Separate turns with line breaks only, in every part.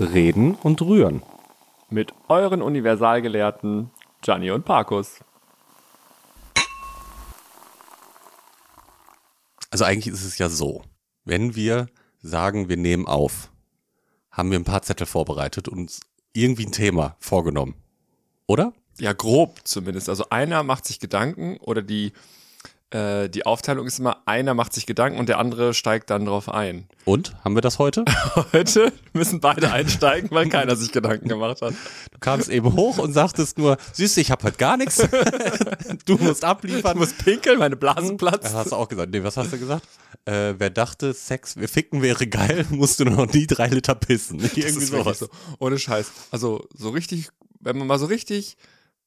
Reden und Rühren.
Mit euren Universalgelehrten Gianni und Parkus.
Also eigentlich ist es ja so, wenn wir sagen, wir nehmen auf, haben wir ein paar Zettel vorbereitet und uns irgendwie ein Thema vorgenommen. Oder?
Ja, grob zumindest. Also einer macht sich Gedanken oder die, äh, die Aufteilung ist immer, einer macht sich Gedanken und der andere steigt dann drauf ein.
Und? Haben wir das heute?
Heute müssen beide einsteigen, weil keiner sich Gedanken gemacht hat.
Du kamst eben hoch und sagtest nur, süß, ich habe heute gar nichts. Du musst abliefern.
Ich muss pinkeln, meine
Das
Blasen platzen.
hast du auch gesagt. Nee, was hast du gesagt? Äh, wer dachte, Sex, wir ficken wäre geil, musste noch nie drei Liter pissen.
Das
Irgendwie
ist
sowas.
wirklich so. Ohne Scheiß. Also so richtig, wenn man mal so richtig,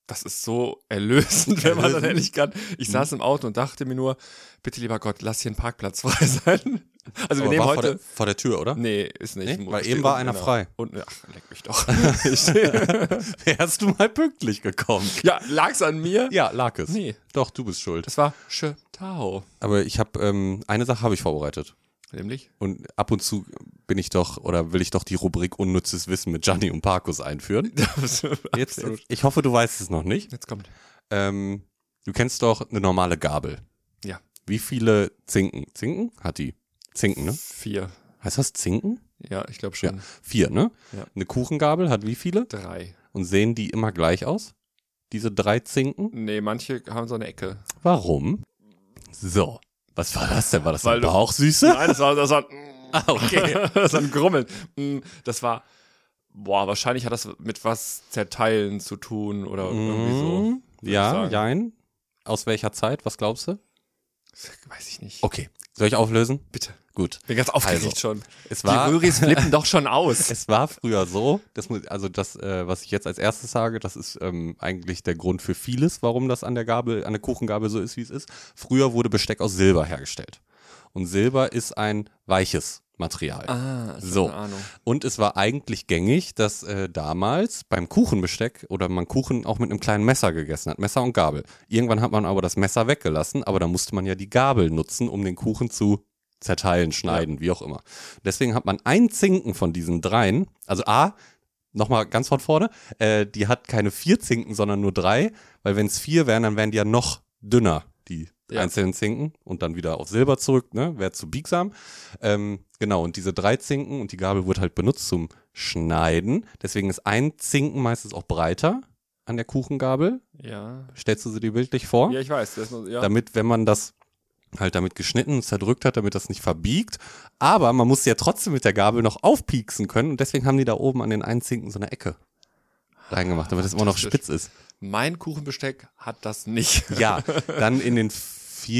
das ist so erlösend, wenn man
Erlösend.
dann
Mhm.
ehrlich kann. Ich saß im Auto und dachte mir nur, bitte lieber Gott, lass hier einen Parkplatz frei sein. Also wir
Aber
nehmen
war
heute.
vor der, vor der Tür, oder?
Nee, ist nicht.
Nee,
Ich
weil
stehe
eben war
unten
einer
in der-
frei.
Unten, ach, leck mich doch.
Ich stehe. Wärst du mal pünktlich gekommen.
ja, lag's an mir?
Ja, lag es.
Nee.
Doch, du bist schuld.
Das war Schötau.
Aber ich habe ähm, eine Sache habe ich vorbereitet.
Nämlich?
Und ab und zu bin ich doch oder will ich doch die Rubrik unnützes Wissen mit Gianni und Parkus einführen.
Jetzt,
Jetzt, ich hoffe, du weißt es noch nicht.
Jetzt kommt.
Ähm, du kennst doch eine normale Gabel.
Ja.
Wie viele Zinken? Zinken hat die? Zinken, ne?
Vier.
Heißt das Zinken?
Ja, ich glaube schon.
Vier, ne?
Ja.
Eine Kuchengabel hat wie viele?
Drei.
Und sehen die immer gleich aus? Diese drei Zinken?
Nee, manche haben so eine Ecke.
Warum? So. Was war das denn? War das
Weil
eine
du-
Bauchsüße?
Nein, das war, das war,
Ah, okay.
das war ein Grummeln. Mm, Das war, boah, wahrscheinlich hat das mit was zerteilen zu tun oder irgendwie so.
Mhm.
ich
Ja,
sagen.
jein. Aus welcher Zeit? Was glaubst du?
Weiß ich nicht.
Okay. Soll ich auflösen?
Bitte.
Gut.
Bin ganz aufgeregt
Also,
schon.
Es
Die
war,
Röhris flippen doch schon aus.
es war früher so, das muss, also das, äh, was ich jetzt als erstes sage, das ist ähm, eigentlich der Grund für vieles, warum das an der Gabel, an der Kuchengabel so ist, wie es ist. Früher wurde Besteck aus Silber hergestellt. Und Silber ist ein weiches Material.
Ah, ich hab
So.
eine Ahnung.
Und es war eigentlich gängig, dass äh, damals beim Kuchenbesteck oder man Kuchen auch mit einem kleinen Messer gegessen hat, Messer und Gabel. Irgendwann hat man aber das Messer weggelassen, aber da musste man ja die Gabel nutzen, um den Kuchen zu zerteilen, schneiden, wie auch immer. Deswegen hat man ein Zinken von diesen dreien, also A, nochmal ganz von vorne, äh, die hat keine vier Zinken, sondern nur drei, weil wenn es vier wären, dann wären die ja noch dünner, die
Ja.
einzelnen Zinken und dann wieder auf Silber zurück, ne? Wäre zu biegsam. Ähm, genau, und diese drei Zinken und die Gabel wurde halt benutzt zum Schneiden. Deswegen ist ein Zinken meistens auch breiter an der Kuchengabel.
Ja.
Stellst du sie dir bildlich vor?
Ja, ich weiß. Das ist nur, ja.
Damit, wenn man das halt damit geschnitten und zerdrückt hat, damit das nicht verbiegt. Aber man muss sie ja trotzdem mit der Gabel noch aufpieksen können und deswegen haben die da oben an den einen Zinken so eine Ecke reingemacht, damit es immer noch
Fantastisch.
spitz ist.
Mein Kuchenbesteck hat das nicht.
Ja, dann in den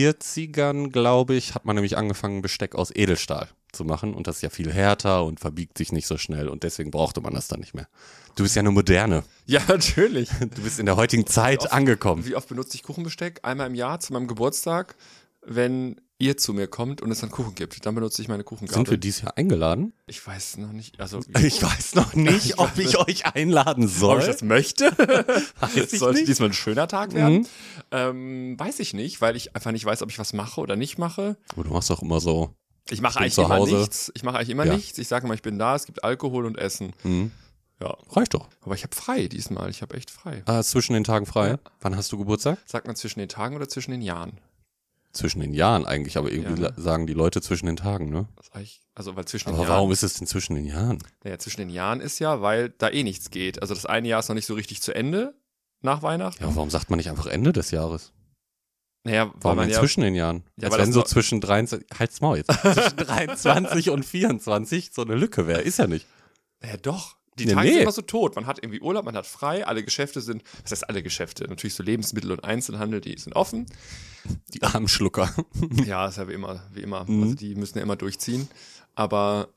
40ern, glaube ich, hat man nämlich angefangen, Besteck aus Edelstahl zu machen. Und das ist ja viel härter und verbiegt sich nicht so schnell. Und deswegen brauchte man das dann nicht mehr. Du bist ja eine Moderne.
Ja, natürlich.
Du bist in der heutigen Zeit angekommen.
Wie oft benutze ich Kuchenbesteck? Einmal im Jahr zu meinem Geburtstag, wenn ihr zu mir kommt und es dann Kuchen gibt. Dann benutze ich meine Kuchengabel.
Sind wir dieses Jahr eingeladen?
ich weiß noch nicht. Also,
Ich weiß noch nicht, ob ich euch einladen
ob
soll.
ich das möchte.
Weiß ich
Sollte
nicht. Mhm.
diesmal ein schöner Tag werden? Ähm, weiß ich nicht, weil ich einfach nicht weiß, ob ich was mache oder nicht mache.
Aber Oh, du machst doch immer so.
Ich mache
bin
eigentlich
zu
immer
Hause.
nichts. Ich mache eigentlich immer
Ja.
nichts. Ich sage immer, ich bin da, es gibt Alkohol und Essen.
Hm,
Ja.
reicht doch.
Aber ich habe frei diesmal. Ich habe echt frei.
Ah, ist zwischen den Tagen frei.
Ja.
Wann hast du Geburtstag?
Sagt man zwischen den Tagen oder zwischen den Jahren?
Zwischen den Jahren eigentlich, aber irgendwie
Ja.
la- sagen die Leute zwischen den Tagen, ne?
Das sag ich- Also, weil zwischen den
Aber
Jahren.
warum ist es denn zwischen den Jahren?
Naja, zwischen den Jahren ist ja, weil da eh nichts geht. Also das eine Jahr ist noch nicht so richtig zu Ende nach Weihnachten.
Ja, warum sagt man nicht einfach Ende des Jahres?
Naja, weil
Warum
man
denn
ja,
zwischen den Jahren?
Ja,
Als
weil das
wenn so
nur-
zwischen 23, halt's Maul jetzt, zwischen 23 und 24 so eine Lücke wäre. Ist ja nicht.
ja doch. Die
Nee,
Tage sind
nee.
immer so tot. Man hat irgendwie Urlaub, man hat frei, alle Geschäfte sind, was heißt alle Geschäfte? Natürlich so Lebensmittel und Einzelhandel, die sind offen.
Die armen Schlucker.
Ja, ist ja wie immer, wie immer.
Mhm.
Also die müssen ja immer durchziehen. Aber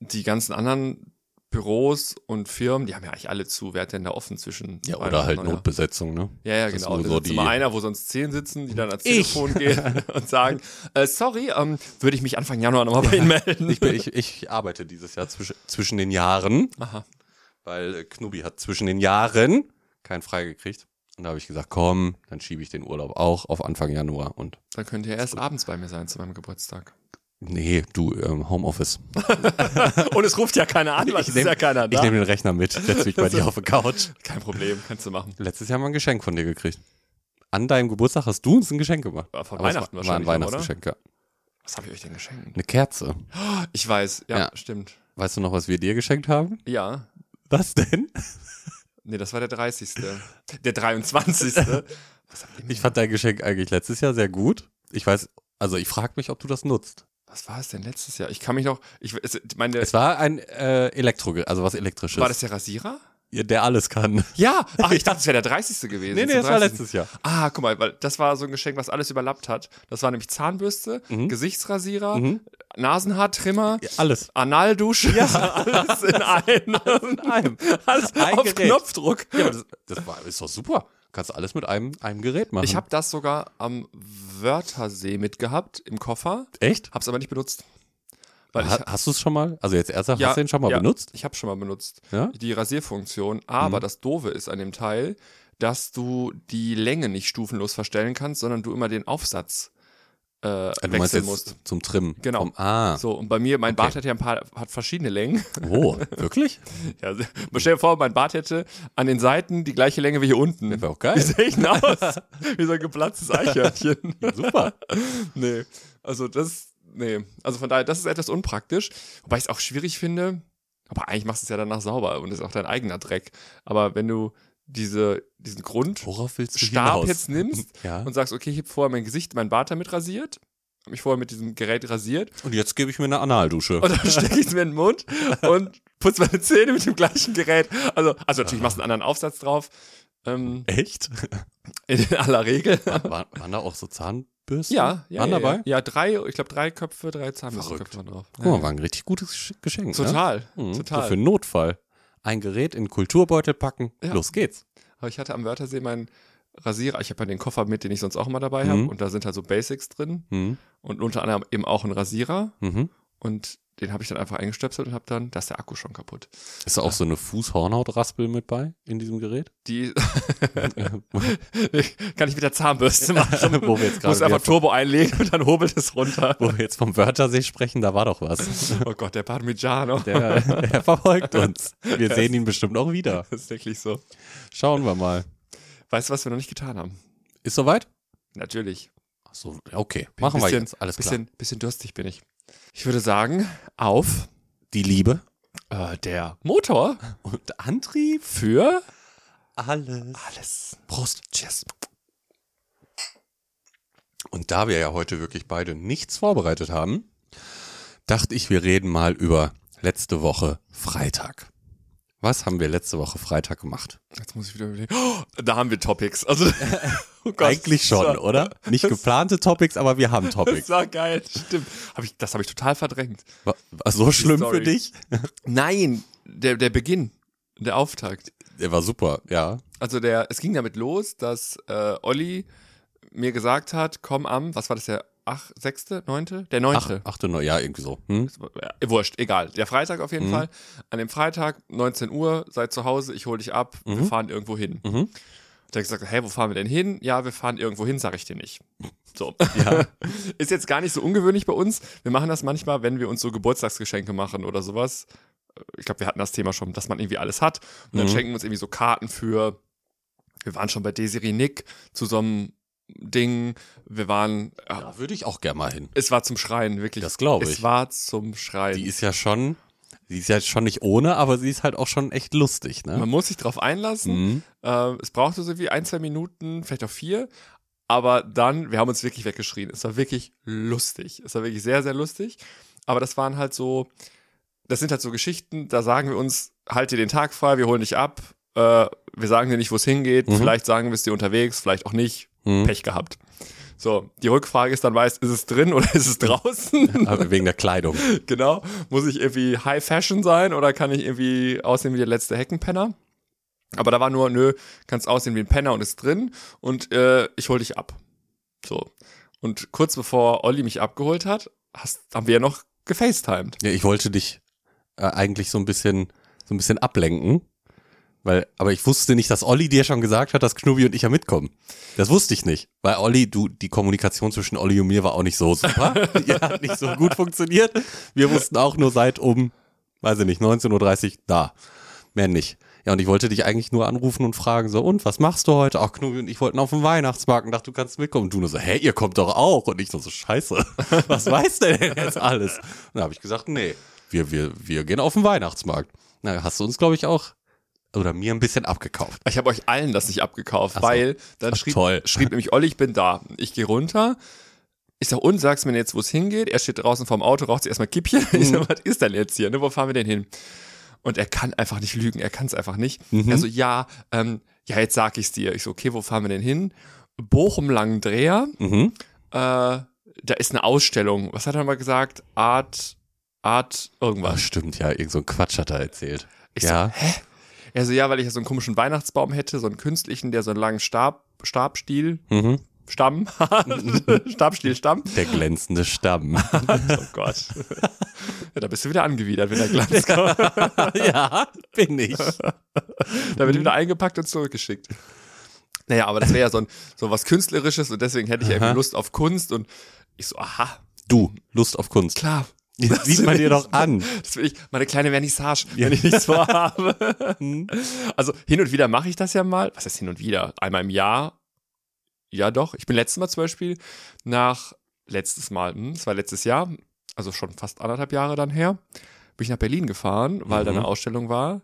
die ganzen anderen Büros und Firmen, die haben ja eigentlich alle zu. Wer hat denn da offen zwischen?
Ja, oder
Weihnachten
halt
und Neujahr?
Notbesetzung, ne?
Ja, ja,
Das ist
genau.
nur
Da
so
sitzt immer
die-
einer, wo sonst zehn sitzen, die dann ans
Ich.
Telefon gehen und sagen, äh, sorry, ähm, würde ich mich Anfang Januar nochmal bei Ihnen melden.
Ich, bin, ich, ich arbeite dieses Jahr zwischen, zwischen den Jahren,
Aha.
weil äh, Knubi hat zwischen den Jahren keinen freigekriegt. Und da habe ich gesagt, komm, dann schiebe ich den Urlaub auch auf Anfang Januar. Und
Dann könnt ihr erst abends bei mir sein zu meinem Geburtstag.
Nee, du, ähm, Homeoffice.
Und es ruft ja keiner an, weil
Ich
es ist
nehm-
ja keiner
Ich
da.
nehme den Rechner mit, setze mich bei dir auf die Couch.
Kein Problem, kannst du machen.
Letztes Jahr haben wir ein Geschenk von dir gekriegt. An deinem Geburtstag hast du uns ein Geschenk gemacht.
War von
Aber es
Weihnachten
war, war ein
wahrscheinlich,
Weihnachtsgeschenk, ja.
Was habe ich euch denn geschenkt?
Eine Kerze.
Ich weiß, ja,
Ja.
stimmt.
Weißt du noch, was wir dir geschenkt haben?
Ja.
Was denn?
Nee, das war der 30. Der 23. Was habt ihr mir-
Ich fand dein Geschenk eigentlich letztes Jahr sehr gut. Ich weiß, also ich frage mich, ob du das nutzt.
Was war es denn letztes Jahr? Ich kann mich noch. Ich es- meine,
Es war ein äh, Elektro, also was elektrisches.
war das der Rasierer?
Ja, der alles kann.
Ja, ach, ich dachte, es wäre der 30. gewesen.
Nee,
Jetzt
nee,
am
das war
30..
letztes Jahr.
Ah, guck mal, weil das war so ein Geschenk, was alles überlappt hat. Das war nämlich Zahnbürste, Gesichtsrasierer, Nasenhaartrimmer,
Mhm. Ja, alles.
Analdusche, ja, alles in einem.
In einem.
Alles
Ein
auf
Gerät.
Knopfdruck.
Ja, aber das, das war, ist doch super. Kannst du alles mit einem, einem Gerät machen.
Ich habe das sogar am Wörthersee mitgehabt im Koffer,
echt?
hab's aber nicht benutzt. Weil
Ha,
ich,
hast du es schon mal? Also jetzt erst
Ja,
hast du den schon mal
ja.
benutzt?
ich habe schon mal benutzt
Ja?
die Rasierfunktion,
Mhm.
aber das doofe ist an dem Teil, dass du die Länge nicht stufenlos verstellen kannst, sondern du immer den Aufsatz äh,
Du meinst
wechseln
jetzt
musst.
zum Trimmen.
Genau.
Vom, ah.
So, und bei mir, mein Bart hat ja ein paar, hat verschiedene Längen.
Oh, wirklich?
Ja, also, stell dir vor, mein Bart hätte an den Seiten die gleiche Länge wie hier unten.
Wäre auch
Wie
geil.
sehe ich denn aus? Wie so ein geplatztes Eichhörnchen.
Super.
nee, also das, nee. Also von daher, das ist etwas unpraktisch. Wobei ich es auch schwierig finde, aber eigentlich machst du es ja danach sauber und ist auch dein eigener Dreck. Aber wenn du diese, diesen Grundstab
Worauf willst du hinaus?
jetzt nimmst
Ja.
und sagst, okay, ich habe vorher mein Gesicht, mein Bart damit rasiert, habe mich vorher mit diesem Gerät rasiert
Und jetzt gebe ich mir eine Analdusche.
und dann stecke ich es mir in den Mund und putze meine Zähne mit dem gleichen Gerät. Also, also natürlich machst du einen anderen Aufsatz drauf. Ähm,
Echt?
in aller Regel.
War, waren da auch so Zahnbürsten?
Ja, ja.
Waren
ja,
dabei?
Ja, ja drei, ich glaube, drei Köpfe, drei Zahnbürstenköpfe waren drauf.
Guck mal, war ein richtig gutes Gesch- Geschenk.
Total,
Ne? Mhm, So
total.
für einen Notfall. Ein Gerät in den Kulturbeutel packen.
Ja.
Los geht's.
Aber ich hatte am Wörthersee meinen Rasierer. Ich habe ja den Koffer mit, den ich sonst auch immer dabei habe.
Mhm.
Und da sind halt so Basics drin.
Mhm.
Und unter anderem eben auch ein Rasierer.
Mhm.
Und den habe ich dann einfach eingestöpselt und habe dann, da ist der Akku schon kaputt.
Ist da auch so eine Fußhornhautraspel mit bei in diesem Gerät?
Die
Wo
kann ich mit der Zahnbürste machen.
wir jetzt
Muss
gerade
einfach
wieder vom-
Turbo einlegen und dann hobelt es runter.
wo wir jetzt vom Wörthersee sprechen, da war doch was.
Oh Gott, der Parmigiano.
Der, der verfolgt uns. Wir sehen ihn bestimmt auch wieder.
Das ist wirklich so.
Schauen wir mal.
Weißt du, was wir noch nicht getan haben?
Ist soweit?
Natürlich.
Ach so, okay. Machen wir
bisschen,
jetzt. Alles klar.
bisschen, bisschen durstig bin ich. Ich würde sagen, auf
Die Liebe
äh, der Motor
und Antrieb.
für
Alles.
alles.
Prost. Cheers. Und da wir ja heute wirklich beide nichts vorbereitet haben, dachte ich, wir reden mal über letzte Woche Freitag. Was haben wir letzte Woche Freitag gemacht?
Jetzt muss ich wieder überlegen. Oh, da haben wir Topics. Also, oh Gott,
Eigentlich schon,
das war,
oder? Nicht geplante Topics, aber wir haben
Das
Topics.
war geil, stimmt. Hab ich, das habe ich total verdrängt.
War, war so schlimm
Sorry.
für dich?
Nein, der, der Beginn, der Auftakt.
Der war super, ja.
Also der, es ging damit los, dass äh, Olli mir gesagt hat, komm am, was war das, der ach, sechste, neunte? Der
Ach,
neunte.
achte, neun, ja, irgendwie so. Hm?
Ja, Wurscht, egal. Der Freitag auf jeden
Mhm.
Fall. An dem Freitag, 19 Uhr, sei zu Hause, ich hole dich ab, wir
Mhm.
fahren irgendwo hin.
Mhm.
Der hat gesagt, hey, wo fahren wir denn hin? Ja, wir fahren irgendwo hin, sag ich dir nicht. So.
Ja.
Ist jetzt gar nicht so ungewöhnlich bei uns. Wir machen das manchmal, wenn wir uns so Geburtstagsgeschenke machen oder sowas. Ich glaube, wir hatten das Thema schon, dass man irgendwie alles hat. Und dann
Mhm.
schenken wir uns irgendwie so Karten für. Wir waren schon bei Desiree Nick zu so einem Ding. Wir waren. Ja,
Da würde ich auch gerne mal hin.
es war zum Schreien, wirklich.
Das glaube
Es
ich.
war zum Schreien.
Die ist ja schon, sie ist ja schon nicht ohne, aber sie ist halt auch schon echt lustig, ne?
Man muss sich drauf einlassen.
Mhm.
Äh, es brauchte so wie ein, zwei Minuten, vielleicht auch vier. Aber dann, wir haben uns wirklich weggeschrien. Es war wirklich lustig. Es war wirklich sehr, sehr lustig. Aber das waren halt so, das sind halt so Geschichten, da sagen wir uns, halt dir den Tag frei, wir holen dich ab. Äh, wir sagen dir nicht, wo es hingeht.
Mhm.
Vielleicht sagen wir es dir unterwegs, vielleicht auch nicht.
Mhm.
Pech gehabt. So, die Rückfrage ist dann meist, ist es drin oder ist es draußen?
Aber Mhm. Ah, wegen der Kleidung.
genau. Muss ich irgendwie High Fashion sein oder kann ich irgendwie aussehen wie der letzte Heckenpenner? Aber da war nur, nö, kannst aussehen wie ein Penner und ist drin und äh, ich hol dich ab. So. Und kurz bevor Olli mich abgeholt hat, hast, haben wir ja noch gefacetimed.
Ja, ich wollte dich äh, eigentlich so ein bisschen, so ein bisschen ablenken, Weil, aber ich wusste nicht, dass Olli dir schon gesagt hat, dass Knubi und ich ja mitkommen. Das wusste ich nicht. Weil Olli, du, die Kommunikation zwischen Olli und mir war auch nicht so super. Die hat nicht so gut funktioniert. Wir wussten auch nur seit um, weiß ich nicht, 19.30 Uhr da. Mehr nicht. Ja, und ich wollte dich eigentlich nur anrufen und fragen, so, und was machst du heute? Ach, Knubi und ich wollten auf den Weihnachtsmarkt und dachte, du kannst mitkommen. Und du nur so, hä, ihr kommt doch auch. Und ich nur so, scheiße, was weiß der denn jetzt alles? Und dann habe ich gesagt, nee, wir, wir, wir gehen auf den Weihnachtsmarkt. Na, hast du uns, glaube ich, auch oder mir ein bisschen abgekauft.
Ich habe euch allen das nicht abgekauft,
Ach so.
weil dann
Ach,
schrieb,
toll.
schrieb nämlich Olli, ich bin da. Ich gehe runter. Ich sag, und sag's mir jetzt, wo es hingeht. Er steht draußen vorm Auto, raucht sich erstmal Kippchen. Ich
Mhm.
sag, was ist denn jetzt hier? Ne? Wo fahren wir denn hin? Und er kann einfach nicht lügen, er kann es einfach nicht. Also ja, ähm, ja, jetzt sag ich's dir. Ich so, okay, wo fahren wir denn hin? Bochum Langendreher.
Mhm.
Äh, da ist eine Ausstellung. Was hat er mal gesagt? Art, Art,
Ah,
irgendwas.
stimmt, ja, irgend so ein Quatsch hat er erzählt.
Ich
ja,
Er so, ja, weil ich ja so einen komischen Weihnachtsbaum hätte, so einen künstlichen, der so einen langen Stab, Stabstiel,
mhm.
Stamm hat. Stabstiel, Stamm.
der glänzende Stamm.
Oh Gott. Ja, da bist du wieder angewidert, wenn der Glanz kommt.
ja, bin ich.
Da wird wieder eingepackt und zurückgeschickt. Naja, aber das wäre ja so, ein, so was Künstlerisches und deswegen hätte ich ja irgendwie Lust auf Kunst und ich so, aha,
Du, Lust auf Kunst.
klar.
Das sieht man dir doch an.
Das will ich, meine kleine Vernissage,
Ja.
wenn ich nichts vorhabe. also hin und wieder mache ich das ja mal. Was heißt hin und wieder? Einmal im Jahr? Ja, doch. Ich bin letztes Mal zum Beispiel nach letztes Mal, hm, es war letztes Jahr, also schon fast anderthalb Jahre dann her, bin ich nach Berlin gefahren, weil da
Mhm.
eine Ausstellung war.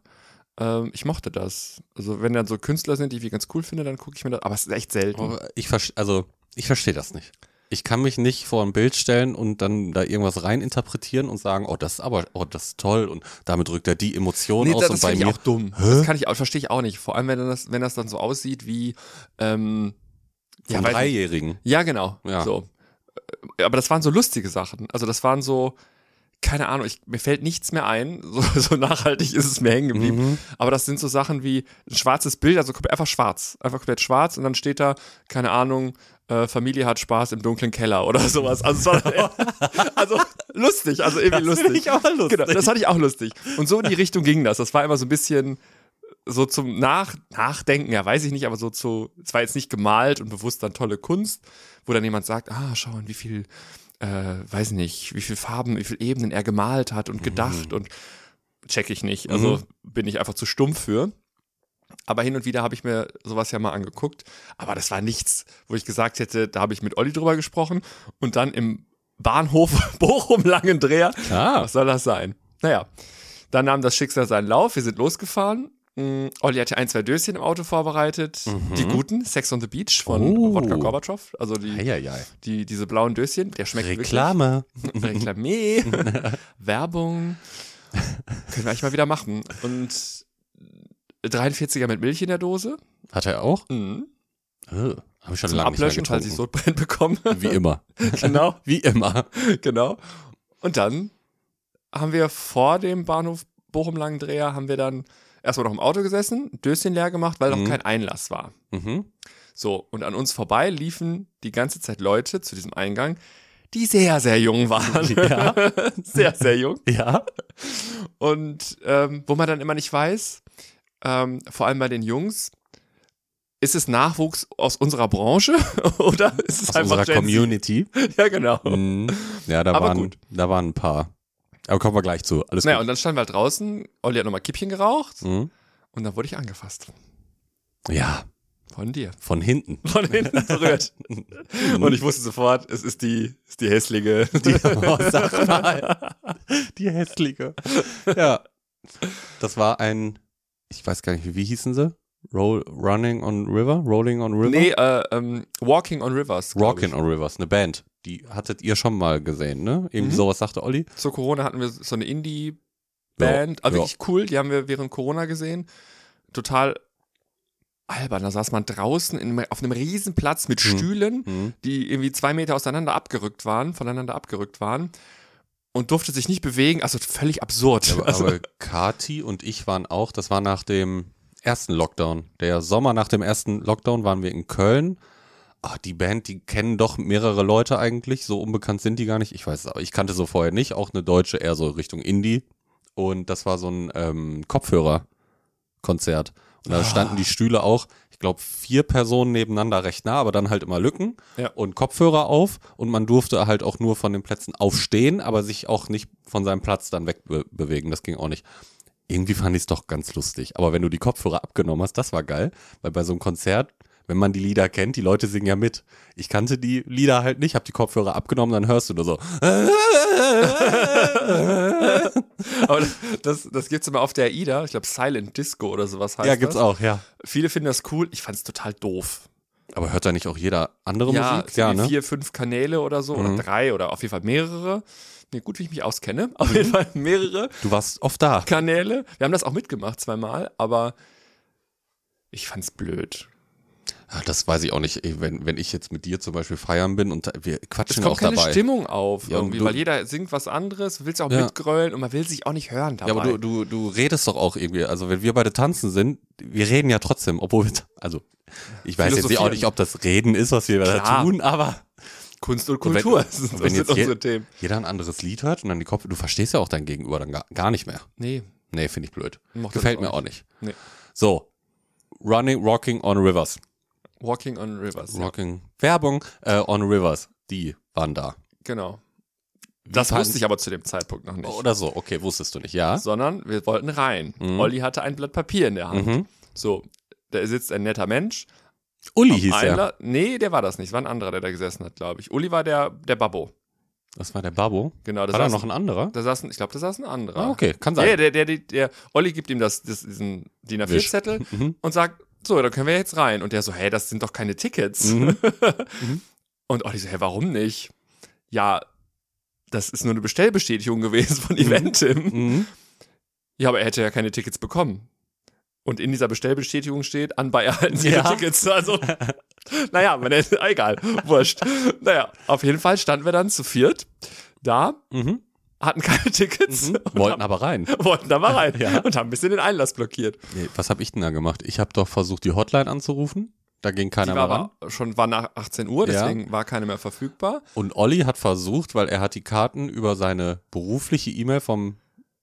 Ähm, ich mochte das. Also wenn dann so Künstler sind, die ich ganz cool finde, dann gucke ich mir das. Aber es ist echt selten.
Aber Ich verstehe, also, ich verstehe das nicht. Ich kann mich nicht vor ein Bild stellen und dann da irgendwas reininterpretieren und sagen, oh, das ist aber, oh, das ist toll und damit drückt er die Emotion aus und bei
finde ich
mir.
auch dumm. Das kann ich auch, verstehe ich auch nicht. Vor allem, wenn das, wenn das dann so aussieht wie ähm,
Von
weiß nicht.
Dreijährigen.
Ja, genau.
Ja.
So. Äh, Aber das waren so lustige Sachen. Also das waren so, keine Ahnung, ich, mir fällt nichts mehr ein. So, so nachhaltig ist es mir hängen geblieben.
Mhm.
Aber das sind so Sachen wie ein schwarzes Bild, also komplett- einfach schwarz. Einfach komplett schwarz und dann steht da, keine Ahnung, äh, Familie hat Spaß im dunklen Keller oder sowas. Also, es war, also lustig, also irgendwie
Das
lustig.
finde ich auch lustig.
Genau, das fand ich auch lustig. Und so in die Richtung ging das. Das war immer so ein bisschen so zum Nach Nachdenken, ja, weiß ich nicht, aber so zu, es war jetzt nicht gemalt und bewusst dann tolle Kunst, wo dann jemand sagt, ah, schau an, wie viel, äh, weiß nicht, wie viel Farben, wie viel Ebenen er gemalt hat und gedacht und check ich nicht. Also bin ich einfach zu stumpf für. Aber hin und wieder habe ich mir sowas ja mal angeguckt. Aber das war nichts, wo ich gesagt hätte, da habe ich mit Olli drüber gesprochen und dann im Bahnhof Bochum Langendreher
Ah,
was soll das sein? Naja, dann nahm das Schicksal seinen Lauf, wir sind losgefahren. Mm, Olli hatte ein, zwei Döschen im Auto vorbereitet. Die guten, Sex on the Beach von
Mhm. Oh.
Wodka Gorbatschow. Also die,
ja, ja.
die, diese blauen Döschen, der schmeckt
Reklame.
wirklich. Reklame. Werbung. Können wir eigentlich mal wieder machen. Und 43er mit Milch in der Dose.
Hat er auch?
Mhm.
Äh, Habe ich schon
Zum
lange nicht mehr
Ablöschen, falls
getrunken.
ich Sodbrennen bekomme.
Wie immer.
genau.
Wie immer.
genau. Und dann haben wir vor dem Bahnhof Bochum-Langendreher haben wir dann erstmal noch im Auto gesessen, ein Döschen leer gemacht, weil
Mhm.
noch kein Einlass war.
Mhm.
So, und an uns vorbei liefen die ganze Zeit Leute zu diesem Eingang, die sehr, sehr jung waren.
Ja.
sehr, sehr jung.
Ja.
Und ähm, wo man dann immer nicht weiß, ähm, vor allem bei den Jungs, ist es Nachwuchs aus unserer Branche oder ist es
Aus
einfach
unserer
Gen Z?
Community.
Ja, genau.
Mhm. Ja, da
Aber
waren,
gut.
da waren ein paar. Aber kommen wir gleich zu. Alles
Naja,
gut.
und dann standen wir halt draußen, Olli hat nochmal Kippchen geraucht
Mhm.
Und dann wurde ich angefasst.
Ja,
Von dir.
von hinten.
Von hinten berührt. Und ich wusste sofort, es ist die, ist die hässliche.
Die, oh, sag mal. Die hässliche. Ja. Das war ein, ich weiß gar nicht, wie hießen sie? Roll, running on River? Rolling on River?
nee, äh, ähm, Walking on Rivers. glaub
Rockin' on Rivers, eine Band. Die hattet ihr schon mal gesehen, ne? Irgendwie
Mhm.
sowas sagte Olli.
ich. Zu Corona hatten wir so eine Indie-Band. aber
ja.
wirklich cool. Die haben wir während Corona gesehen. Total albern. Da saß man draußen in, einem- auf einem riesen Platz mit
Mhm.
Stühlen,
Mhm.
die irgendwie zwei Meter auseinander abgerückt waren, voneinander abgerückt waren. Und durfte sich nicht bewegen. Also völlig absurd.
Aber,
also,
aber Kati und ich waren auch, das war nach dem ersten Lockdown. Der Sommer nach dem ersten Lockdown waren wir in Köln. Ach, die Band, die kennen doch mehrere Leute eigentlich. So unbekannt sind die gar nicht. Ich weiß es aber, ich kannte so vorher nicht. Auch eine deutsche, eher so Richtung Indie. Und das war so ein ähm, Kopfhörerkonzert. Und
Ah.
da standen die Stühle auch, ich glaube, vier Personen nebeneinander recht nah, aber dann halt immer Lücken
Ja.
und Kopfhörer auf. Und man durfte halt auch nur von den Plätzen aufstehen, aber sich auch nicht von seinem Platz dann wegbewegen. Das ging auch nicht. Irgendwie fand ich es doch ganz lustig. Aber wenn du die Kopfhörer abgenommen hast, das war geil, weil bei so einem Konzert, wenn man die Lieder kennt, die Leute singen ja mit. Ich kannte die Lieder halt nicht, hab die Kopfhörer abgenommen, dann hörst du nur so.
Aber das, das, das gibt's immer auf der AIDA, ich glaube Silent Disco oder sowas heißt
ja, gibt's
das.
auch, ja.
Viele finden das cool, ich fand's total doof.
Aber hört da nicht auch jeder andere
ja,
Musik? ne?
es sind vier, fünf Kanäle oder so
Mhm.
oder drei oder auf jeden Fall mehrere. Nee, gut, wie ich mich auskenne, auf
Mhm.
jeden Fall mehrere
Du warst oft da.
Kanäle. Wir haben das auch mitgemacht zweimal, aber ich fand's blöd.
Ah, Das weiß ich auch nicht. Ey, Wenn, wenn ich jetzt mit dir zum Beispiel feiern bin und da- wir
Es
quatschen
kommt
auch
keine
dabei.
Stimmung auf
Ja, und
irgendwie,
du-
weil jeder singt was anderes, willst auch
Ja.
mitgrölen und man will sich auch nicht hören dabei.
Ja, aber du, du, du redest doch auch irgendwie. Also wenn wir beide tanzen sind, wir reden ja trotzdem, obwohl wir, ta- also ich weiß jetzt auch
Philosophieren.
nicht, ob das Reden ist, was wir da
Klar.
tun, aber
Kunst und
Und wenn-
Kultur das sind,
und
das
wenn
sind
jetzt je-
unsere Themen.
jeder ein anderes Lied hört und dann die Kopf, du verstehst ja auch dein Gegenüber dann gar, gar nicht mehr.
Nee,
Nee, finde ich blöd.
Mochte
Gefällt
das
mir
auch
auch nicht.
Nee.
So, Running, Rocking on Rivers.
Walking on Rivers. ja.
Rocking, Werbung, äh, on Rivers, die waren da.
Genau. Das
fanden-
wusste ich aber zu dem Zeitpunkt noch nicht.
Oder so, okay, wusstest du nicht, ja.
Sondern wir wollten rein. Olli hatte ein Blatt Papier in der Hand.
Mhm.
So, da sitzt ein netter Mensch.
Uli hieß er.
Einer, nee, der war das nicht. Es War ein anderer, der da gesessen hat, glaube ich. Uli war der, der Babbo.
Das war der Babo.
Genau, da
War da
saß,
noch ein anderer?
da saß ein, ich glaube, da saß ein anderer.
Ah, okay, kann sein.
Der, der, der, der, der Olli gibt ihm das, das, diesen DIN
Wisch.
A4-Zettel
Mhm.
und sagt, so, dann können wir jetzt rein. Und der so, hey, das sind doch keine Tickets.
Mhm.
Und Olli so, hey, warum nicht? Ja, das ist nur eine Bestellbestätigung gewesen von Eventim.
Mhm.
Ja, aber er hätte ja keine Tickets bekommen. Und in dieser Bestellbestätigung steht, anbei erhalten Sie
Ja.
Ihre Tickets. Also, naja, man hätte, egal, wurscht. Naja, auf jeden Fall standen wir dann zu viert da,
Mhm.
hatten keine Tickets und
Wollten aber rein.
haben, wollten da mal rein
Mhm. Ja.
und haben ein bisschen den Einlass blockiert.
Nee, was habe ich denn da gemacht? Ich habe doch versucht, die Hotline anzurufen. Da ging
Die
keiner mehr
war
ran.
aber schon war nach 18 Uhr,
Ja.
deswegen war keine mehr verfügbar.
Und Olli hat versucht, weil er hat die Karten über seine berufliche E-Mail vom,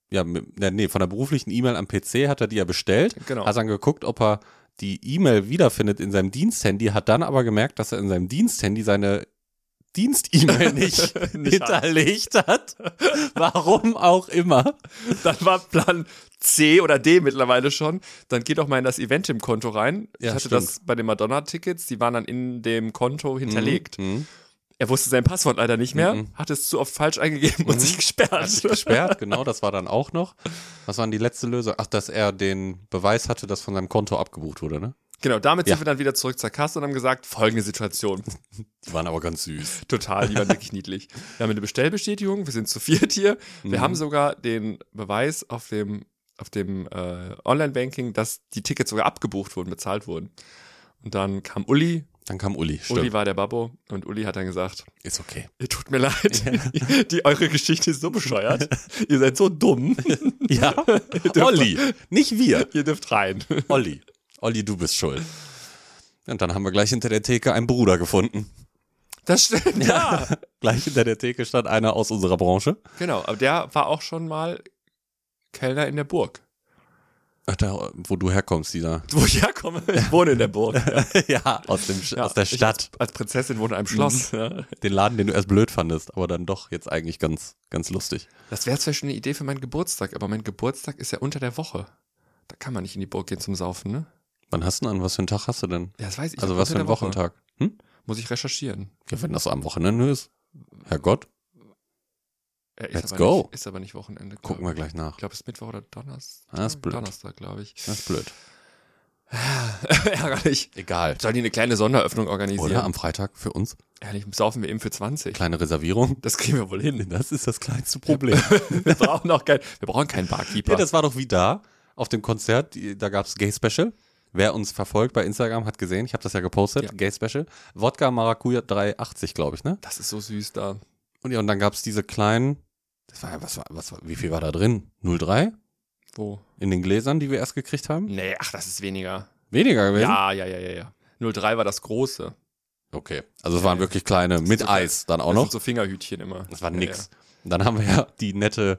ja, mit- ne, nee, von der beruflichen E-Mail am PC hat er die ja bestellt.
Genau.
Hat dann geguckt, ob er die E-Mail wiederfindet in seinem Diensthandy, hat dann aber gemerkt, dass er in seinem Diensthandy seine Dienst-E-Mail nicht,
Nicht hat.
hinterlegt hat. Warum auch immer.
Dann war Plan C oder D mittlerweile schon. Dann geht doch mal in das Eventim-Konto rein.
Ja,
ich hatte
stimmt.
das bei den Madonna-Tickets, die waren dann in dem Konto hinterlegt.
Mhm.
Er wusste sein Passwort leider nicht mehr,
Mhm.
hat es zu oft falsch eingegeben und sich
Hat
gesperrt.
sich gesperrt, genau, das war dann auch noch. Was war denn die letzte Lösung? Ach, dass er den Beweis hatte, dass von seinem Konto abgebucht wurde, ne?
Genau, damit
Ja.
sind wir dann wieder zurück zur Kasse und haben gesagt, folgende Situation.
Die waren aber ganz süß.
Total, die waren wirklich niedlich. Wir haben eine Bestellbestätigung, wir sind zu viert hier.
Mhm.
Wir haben sogar den Beweis auf dem, auf dem äh, Online-Banking, dass die Tickets sogar abgebucht wurden, bezahlt wurden. Und dann kam Uli,
Dann kam Uli, stimmt.
Uli war der Babbo und Uli hat dann gesagt,
Ist okay.
ihr tut mir leid, die, eure Geschichte ist so bescheuert, ihr seid so dumm,
Ja, Olli, nicht wir.
ihr dürft rein.
Olli. Olli, du bist schuld. Und dann haben wir gleich hinter der Theke einen Bruder gefunden.
Das stimmt, ja.
Gleich hinter der Theke stand einer aus unserer Branche.
Genau, aber der war auch schon mal Kellner in der Burg.
Ach, Da, wo du herkommst, dieser.
Wo ich herkomme, ich wohne in der Burg. Ja.
ja, aus, dem, Sch-
Ja,
aus der
ich
Stadt.
Als Prinzessin wohne in
Mhm.
einem Schloss. Ja.
Den Laden, den du erst blöd fandest, aber dann doch jetzt eigentlich ganz, ganz lustig.
Das wäre vielleicht schon eine Idee für meinen Geburtstag, aber mein Geburtstag ist ja unter der Woche. Da kann man nicht in die Burg gehen zum Saufen, ne?
Wann hast du denn an? Was für einen Tag hast du denn?
Ja, das weiß ich.
also
hab
was
unter
für ein
der Woche.
Wochentag? Hm?
Muss ich recherchieren.
Ja, wenn das am Wochenende ist. Herrgott,
Ja, ist
Let's
aber
go.
Nicht, ist aber nicht Wochenende. glaub
gucken wir
ich.
gleich nach.
Ich glaube, es ist Mittwoch oder Donnerstag.
Ah, ist blöd.
Donnerstag, glaube ich.
Das ist blöd.
Ärgerlich.
Egal.
Sollen die eine kleine Sonderöffnung organisieren?
Oder am Freitag für uns?
Ehrlich, saufen wir eben für 20.
Kleine Reservierung.
Das kriegen wir wohl hin.
Das ist das kleinste Problem.
Wir brauchen auch kein, wir brauchen keinen Barkeeper.
ja, das war doch wie da auf dem Konzert. die- Da gab's Gay Special. Wer uns verfolgt bei Instagram hat gesehen, ich habe das ja gepostet,
Ja.
Gay Special. Wodka Maracuja 380, glaube ich, ne?
das ist so süß da.
Und ja, und dann gab's diese kleinen, das war ja, was war, was war, wie viel war da drin? 03
Wo?
in den Gläsern, die wir erst gekriegt haben?
Nee, ach, das ist weniger.
Weniger gewesen?
Ja, ja, ja, ja, ja. 03 war das große.
Okay. Also es waren wirklich kleine, mit
sind-
Eis dann auch
das
noch.
sind so Fingerhütchen immer.
Das war
Ja,
nix.
ja.
Und Dann haben wir ja die nette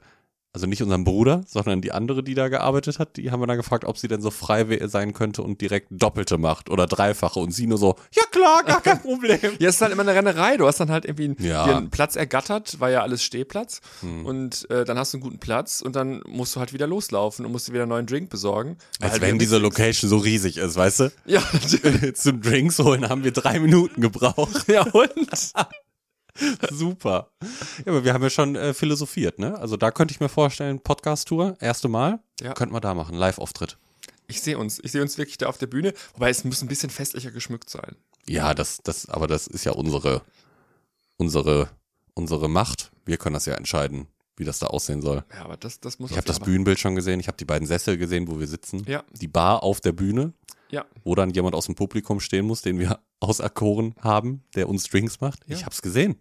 also nicht unseren Bruder, sondern die andere, die da gearbeitet hat, die haben wir dann gefragt, ob sie denn so frei we- sein könnte und direkt doppelte macht oder dreifache und sie nur so, ja klar, gar kein Problem.
Ja, es ist halt immer eine Rennerei. Du hast dann halt irgendwie einen,
Ja. Hm.
dir einen Platz ergattert, war ja alles Stehplatz. Und äh, dann hast du einen guten Platz und dann musst du halt wieder loslaufen und musst dir wieder einen neuen Drink besorgen. Weil
Als
halt
wenn
wieder-
diese Location so riesig ist, weißt du?
Ja,
Zum Drinks holen haben wir drei Minuten gebraucht.
ja, und?
Super. Ja, aber wir haben ja schon äh, philosophiert, ne? Also da könnte ich mir vorstellen, Podcast-Tour, erste Mal,
Ja.
könnten wir da machen, Live-Auftritt.
Ich sehe uns. Ich sehe uns wirklich da auf der Bühne. Wobei es muss ein bisschen festlicher geschmückt sein.
Ja, das, das, aber das ist ja unsere, unsere, unsere Macht. Wir können das ja entscheiden, wie das da aussehen soll.
Ja, aber das, das muss
Ich
auf
habe das
jeden
Bühnenbild schon gesehen, ich habe die beiden Sessel gesehen, wo wir sitzen.
Ja.
Die Bar auf der Bühne,
Fall- Ja,
wo dann jemand aus dem Publikum stehen muss, den wir auserkoren haben, der uns Drinks macht.
Ja.
Ich habe es gesehen.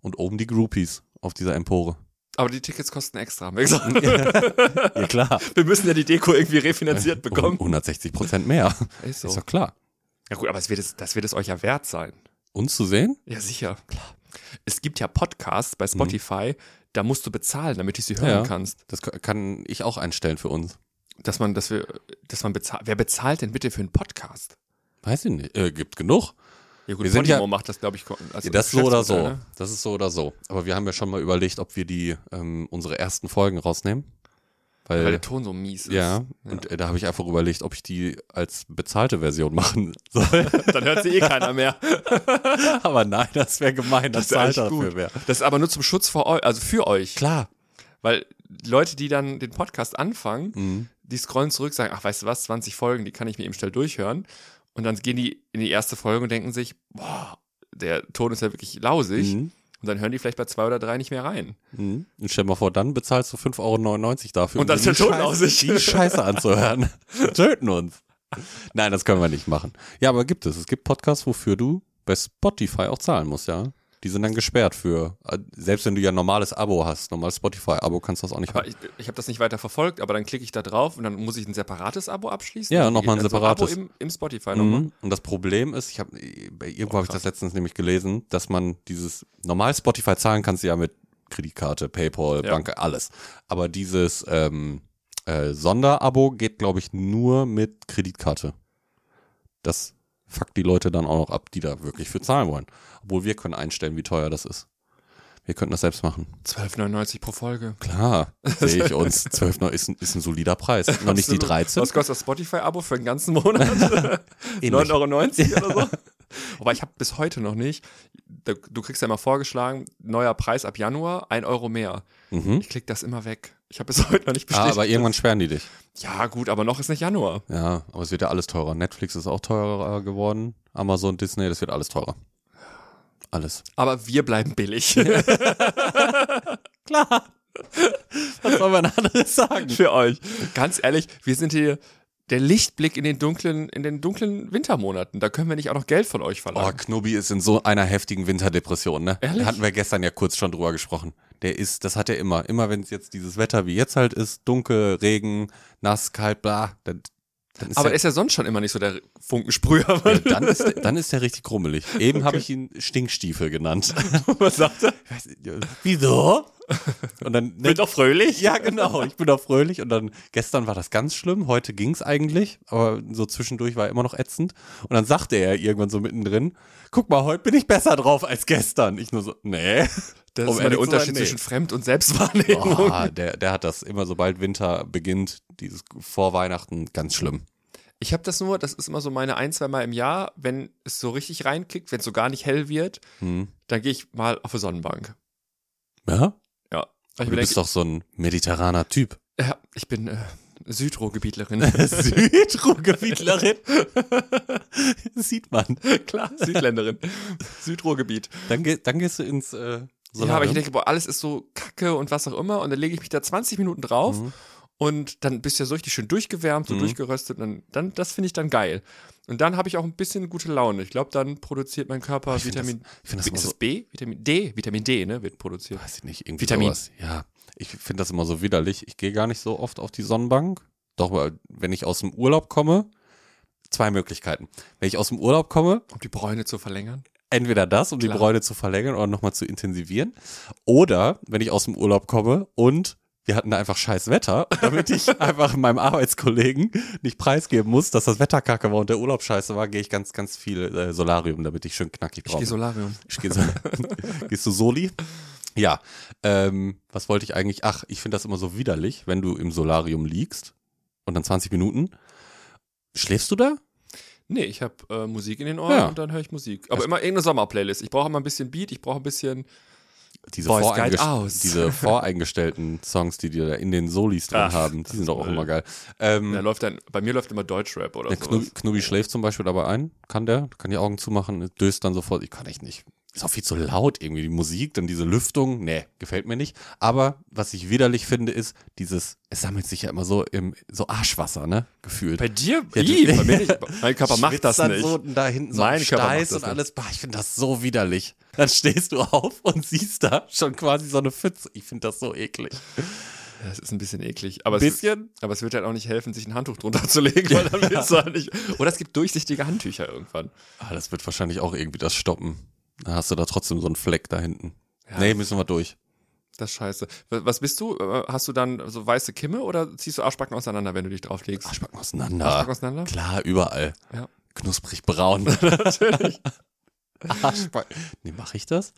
Und oben die Groupies auf dieser Empore.
aber die Tickets kosten extra, haben wir gesagt.
Ja, Äh, klar.
Wir müssen ja die Deko irgendwie refinanziert bekommen.
160 Prozent mehr.
Ist
oh, Ist doch klar.
Ja gut, aber es wird es, das wird es euch ja wert sein.
Uns zu sehen?
Ja, sicher. Klar. Es gibt ja Podcasts bei Spotify, da musst du bezahlen, damit du sie hören
Mhm. Ja.
kannst.
Das k- kann ich auch einstellen für uns.
Dass man, dass wir, dass man bezahlt. Wer bezahlt denn bitte für einen Podcast?
Weiß ich nicht. Äh, gibt genug.
Ja gut,
Wir sind
Podimo
ja-
macht das, glaube ich, ko- also
Ja, das so oder so.
Geschäftsmodell, ne?
Das ist so oder so. Aber wir haben ja schon mal überlegt, ob wir die ähm, unsere ersten Folgen rausnehmen. Weil,
Weil der Ton so mies ist.
Äh, ja, und äh, da habe ich einfach überlegt, ob ich die als bezahlte Version machen soll.
Dann hört sie eh keiner mehr.
aber nein, das wäre gemein, dass
wär
das
echt
Alter dafür
gut.
wäre.
Das ist aber nur zum Schutz vor euch, also für euch.
Klar.
Weil Leute, die dann den Podcast anfangen,
Mhm.
die scrollen zurück, sagen, ach, weißt du was, 20 Folgen, die kann ich mir eben schnell durchhören. Und dann gehen die in die erste Folge und denken sich, boah, der Ton ist ja wirklich lausig.
Mhm.
Und dann hören die vielleicht bei zwei oder drei nicht mehr rein.
Mhm. Und stell dir mal vor, dann bezahlst du 5,99 Euro dafür.
Und dann
um
ist der
die
Ton
Scheiße-
lausig.
Die Scheiße anzuhören. Töten uns. Nein, das können wir nicht machen. Ja, aber gibt es. Es gibt Podcasts, wofür du bei Spotify auch zahlen musst, ja. Die sind dann gesperrt für, äh, selbst wenn du ja ein normales Abo hast, normales Spotify-Abo kannst du das auch nicht
Aber
haben.
ich, ich habe das nicht weiter verfolgt, aber dann klicke ich da drauf und dann muss ich ein separates Abo abschließen.
Ja,
Also
noch mal ein
also
separates.
Abo im, im Spotify nochmal.
Mhm. Und das Problem ist, ich habe
Oh,
irgendwo habe ich das letztens nämlich gelesen, dass man dieses normal Spotify zahlen kannst du ja mit Kreditkarte, PayPal,
Ja.
Bank, alles. Aber dieses ähm, äh, Sonderabo geht, glaube ich, nur mit Kreditkarte. Das fuckt die Leute dann auch noch ab, die da wirklich für zahlen wollen. Obwohl wir können einstellen, wie teuer das ist. Wir könnten das selbst machen.
12,99 pro Folge.
Klar, sehe ich uns. 12 Euro ist, ein- ist ein solider Preis. Noch nicht die
Absolut.
13.
Was kostet das Spotify-Abo für den ganzen Monat?
Ähnlich.
9,90 Euro oder so. Aber ich habe bis heute noch nicht. da- Du kriegst ja immer vorgeschlagen, neuer Preis ab Januar, 1 Euro mehr.
Mhm.
Ich klicke das immer weg. Ich habe bis heute noch nicht
Ah,
bestätigt.
aber irgendwann sperren die dich.
ja, gut, aber noch ist nicht Januar.
Ja, aber es wird ja alles teurer. Netflix ist auch teurer geworden. Amazon, Disney, das wird alles teurer. Alles.
Aber wir bleiben billig.
Was soll man anderes sagen?
für euch. Ganz ehrlich, wir sind hier der Lichtblick in den dunklen, in den dunklen Wintermonaten. Da können wir nicht auch noch Geld von euch
Oh,
verlangen.
Knobi ist in so einer heftigen Winterdepression, ne?
Ehrlich?
Hatten wir gestern ja kurz schon drüber gesprochen. Der ist, das hat er immer. Immer wenn es jetzt dieses Wetter wie jetzt halt ist, dunkel, Regen, nass, kalt, bla, dann, dann ist
Aber
der,
ist ja sonst schon immer nicht so der Funkensprüher.
ja, dann, ist, der- dann ist der richtig grummelig. Eben habe ich ihn Stinkstiefel genannt.
Was sagt er?
Ich weiß nicht, Wieso? Und dann
Bin doch fröhlich.
Ja, genau. Ich bin auch fröhlich. Und dann gestern war das ganz schlimm. Heute ging's eigentlich. Aber so zwischendurch war immer noch ätzend. Und dann sagte er irgendwann so mittendrin: Guck mal, heute bin ich besser drauf als gestern. Ich nur so: Nee.
Das
Um
ist mal
ehrlich
der
zu sein,
Unterschied
nee.
zwischen Fremd- und Selbstwahrnehmung.
Ah, der, der hat das immer, sobald Winter beginnt, dieses vor Weihnachten, ganz schlimm.
Ich habe das nur, das ist immer so meine ein, zwei Mal im Jahr, wenn es so richtig reinkickt, wenn es so gar nicht hell wird,
Hm.
dann gehe ich mal auf eine Sonnenbank.
Ja?
Ja. Ich
Du
bin,
bist doch so ein mediterraner Typ.
ja, ich bin äh, Südruhrgebietlerin.
Südruhrgebietlerin. Sieht man.
Klar, Südländerin. Südruhrgebiet.
Dann, geh- dann gehst du ins äh,
ja, aber ich
Solarium.
denke, boah, alles ist so kacke und was auch immer. Und dann lege ich mich da 20 Minuten drauf
Mhm.
und dann bist du ja so richtig schön durchgewärmt, so
Mhm.
durchgeröstet. Und dann, das finde ich dann geil. Und dann habe ich auch ein bisschen gute Laune. Ich glaube, dann produziert mein Körper
find
Vitamin.
ich find das immer
ist
so-
es B? Vitamin D? Vitamin D, ne? Wird produziert.
weiß ich nicht, irgendwie
Vitamin.
sowas. Ja, ich finde das immer so widerlich. Ich gehe gar nicht so oft auf die Sonnenbank. Doch, weil wenn ich aus dem Urlaub komme, zwei Möglichkeiten. Wenn ich aus dem Urlaub komme,
Um die Bräune zu verlängern.
entweder das, um
Klar.
die Bräune zu verlängern oder nochmal zu intensivieren. Oder wenn ich aus dem Urlaub komme und Wir hatten da einfach scheiß Wetter, damit ich einfach meinem Arbeitskollegen nicht preisgeben muss, dass das Wetter kacke war und der Urlaub scheiße war, gehe ich ganz, ganz viel äh, Solarium, damit ich schön knackig
Ich gehe
brauche.
Solarium.
Ich gehe so. Gehst du Soli? Ja. Ähm, was wollte ich eigentlich? Ach, ich finde das immer so widerlich, wenn du im Solarium liegst und dann 20 Minuten. Schläfst du da?
Nee, ich habe äh, Musik in den Ohren
Ja. Also
und dann höre ich Musik. Aber immer irgendeine Sommerplaylist. Ich brauche immer ein bisschen Beat, ich brauche ein bisschen.
Hm. Diese,
Boys
voreingest-
Guide aus.
diese voreingestellten Songs, die dir da in den Solis drin
Ach,
haben, die sind doch auch
toll.
immer geil.
Da
Ähm,
läuft dann, bei mir läuft immer Deutschrap oder
der
so.
Knubi, Knubi schläft zum Beispiel dabei ein, kann der, kann die Augen zumachen, döst dann sofort. Ich kann echt nicht. Ist auch viel zu laut irgendwie, die Musik, dann diese Lüftung, nee, gefällt mir nicht. Aber was ich widerlich finde, ist dieses, es sammelt sich ja immer so im, so Arschwasser, ne, gefühlt.
Bei dir?
Ja, du-
Ih, bei mir nicht. Mein Körper macht
Schwitzt
das
dann
nicht.
So da hinten so
Mein
am
Körper macht
Steiß
das
und alles. Bah, ich finde das so widerlich. Dann stehst du auf und siehst da schon quasi so eine Pfütze. Ich finde das so eklig.
Das ist ein bisschen eklig. Aber, es,
Bisschen?
aber es wird halt auch nicht helfen, sich ein Handtuch drunter zu legen, weil dann willst du halt nicht. Oder es gibt durchsichtige Handtücher irgendwann.
Ah, das wird wahrscheinlich auch irgendwie das stoppen. Dann hast du da trotzdem so einen Fleck da hinten.
Ja.
Nee, müssen wir durch.
Das ist scheiße. W- Was bist du? Äh, Hast du dann so weiße Kimme oder ziehst du Arschbacken auseinander, wenn du dich drauflegst?
Arschbacken auseinander.
Arschbacken auseinander?
Klar, überall.
Ja.
Knusprig braun. Natürlich. Arschbacken. Nee, mache ich das?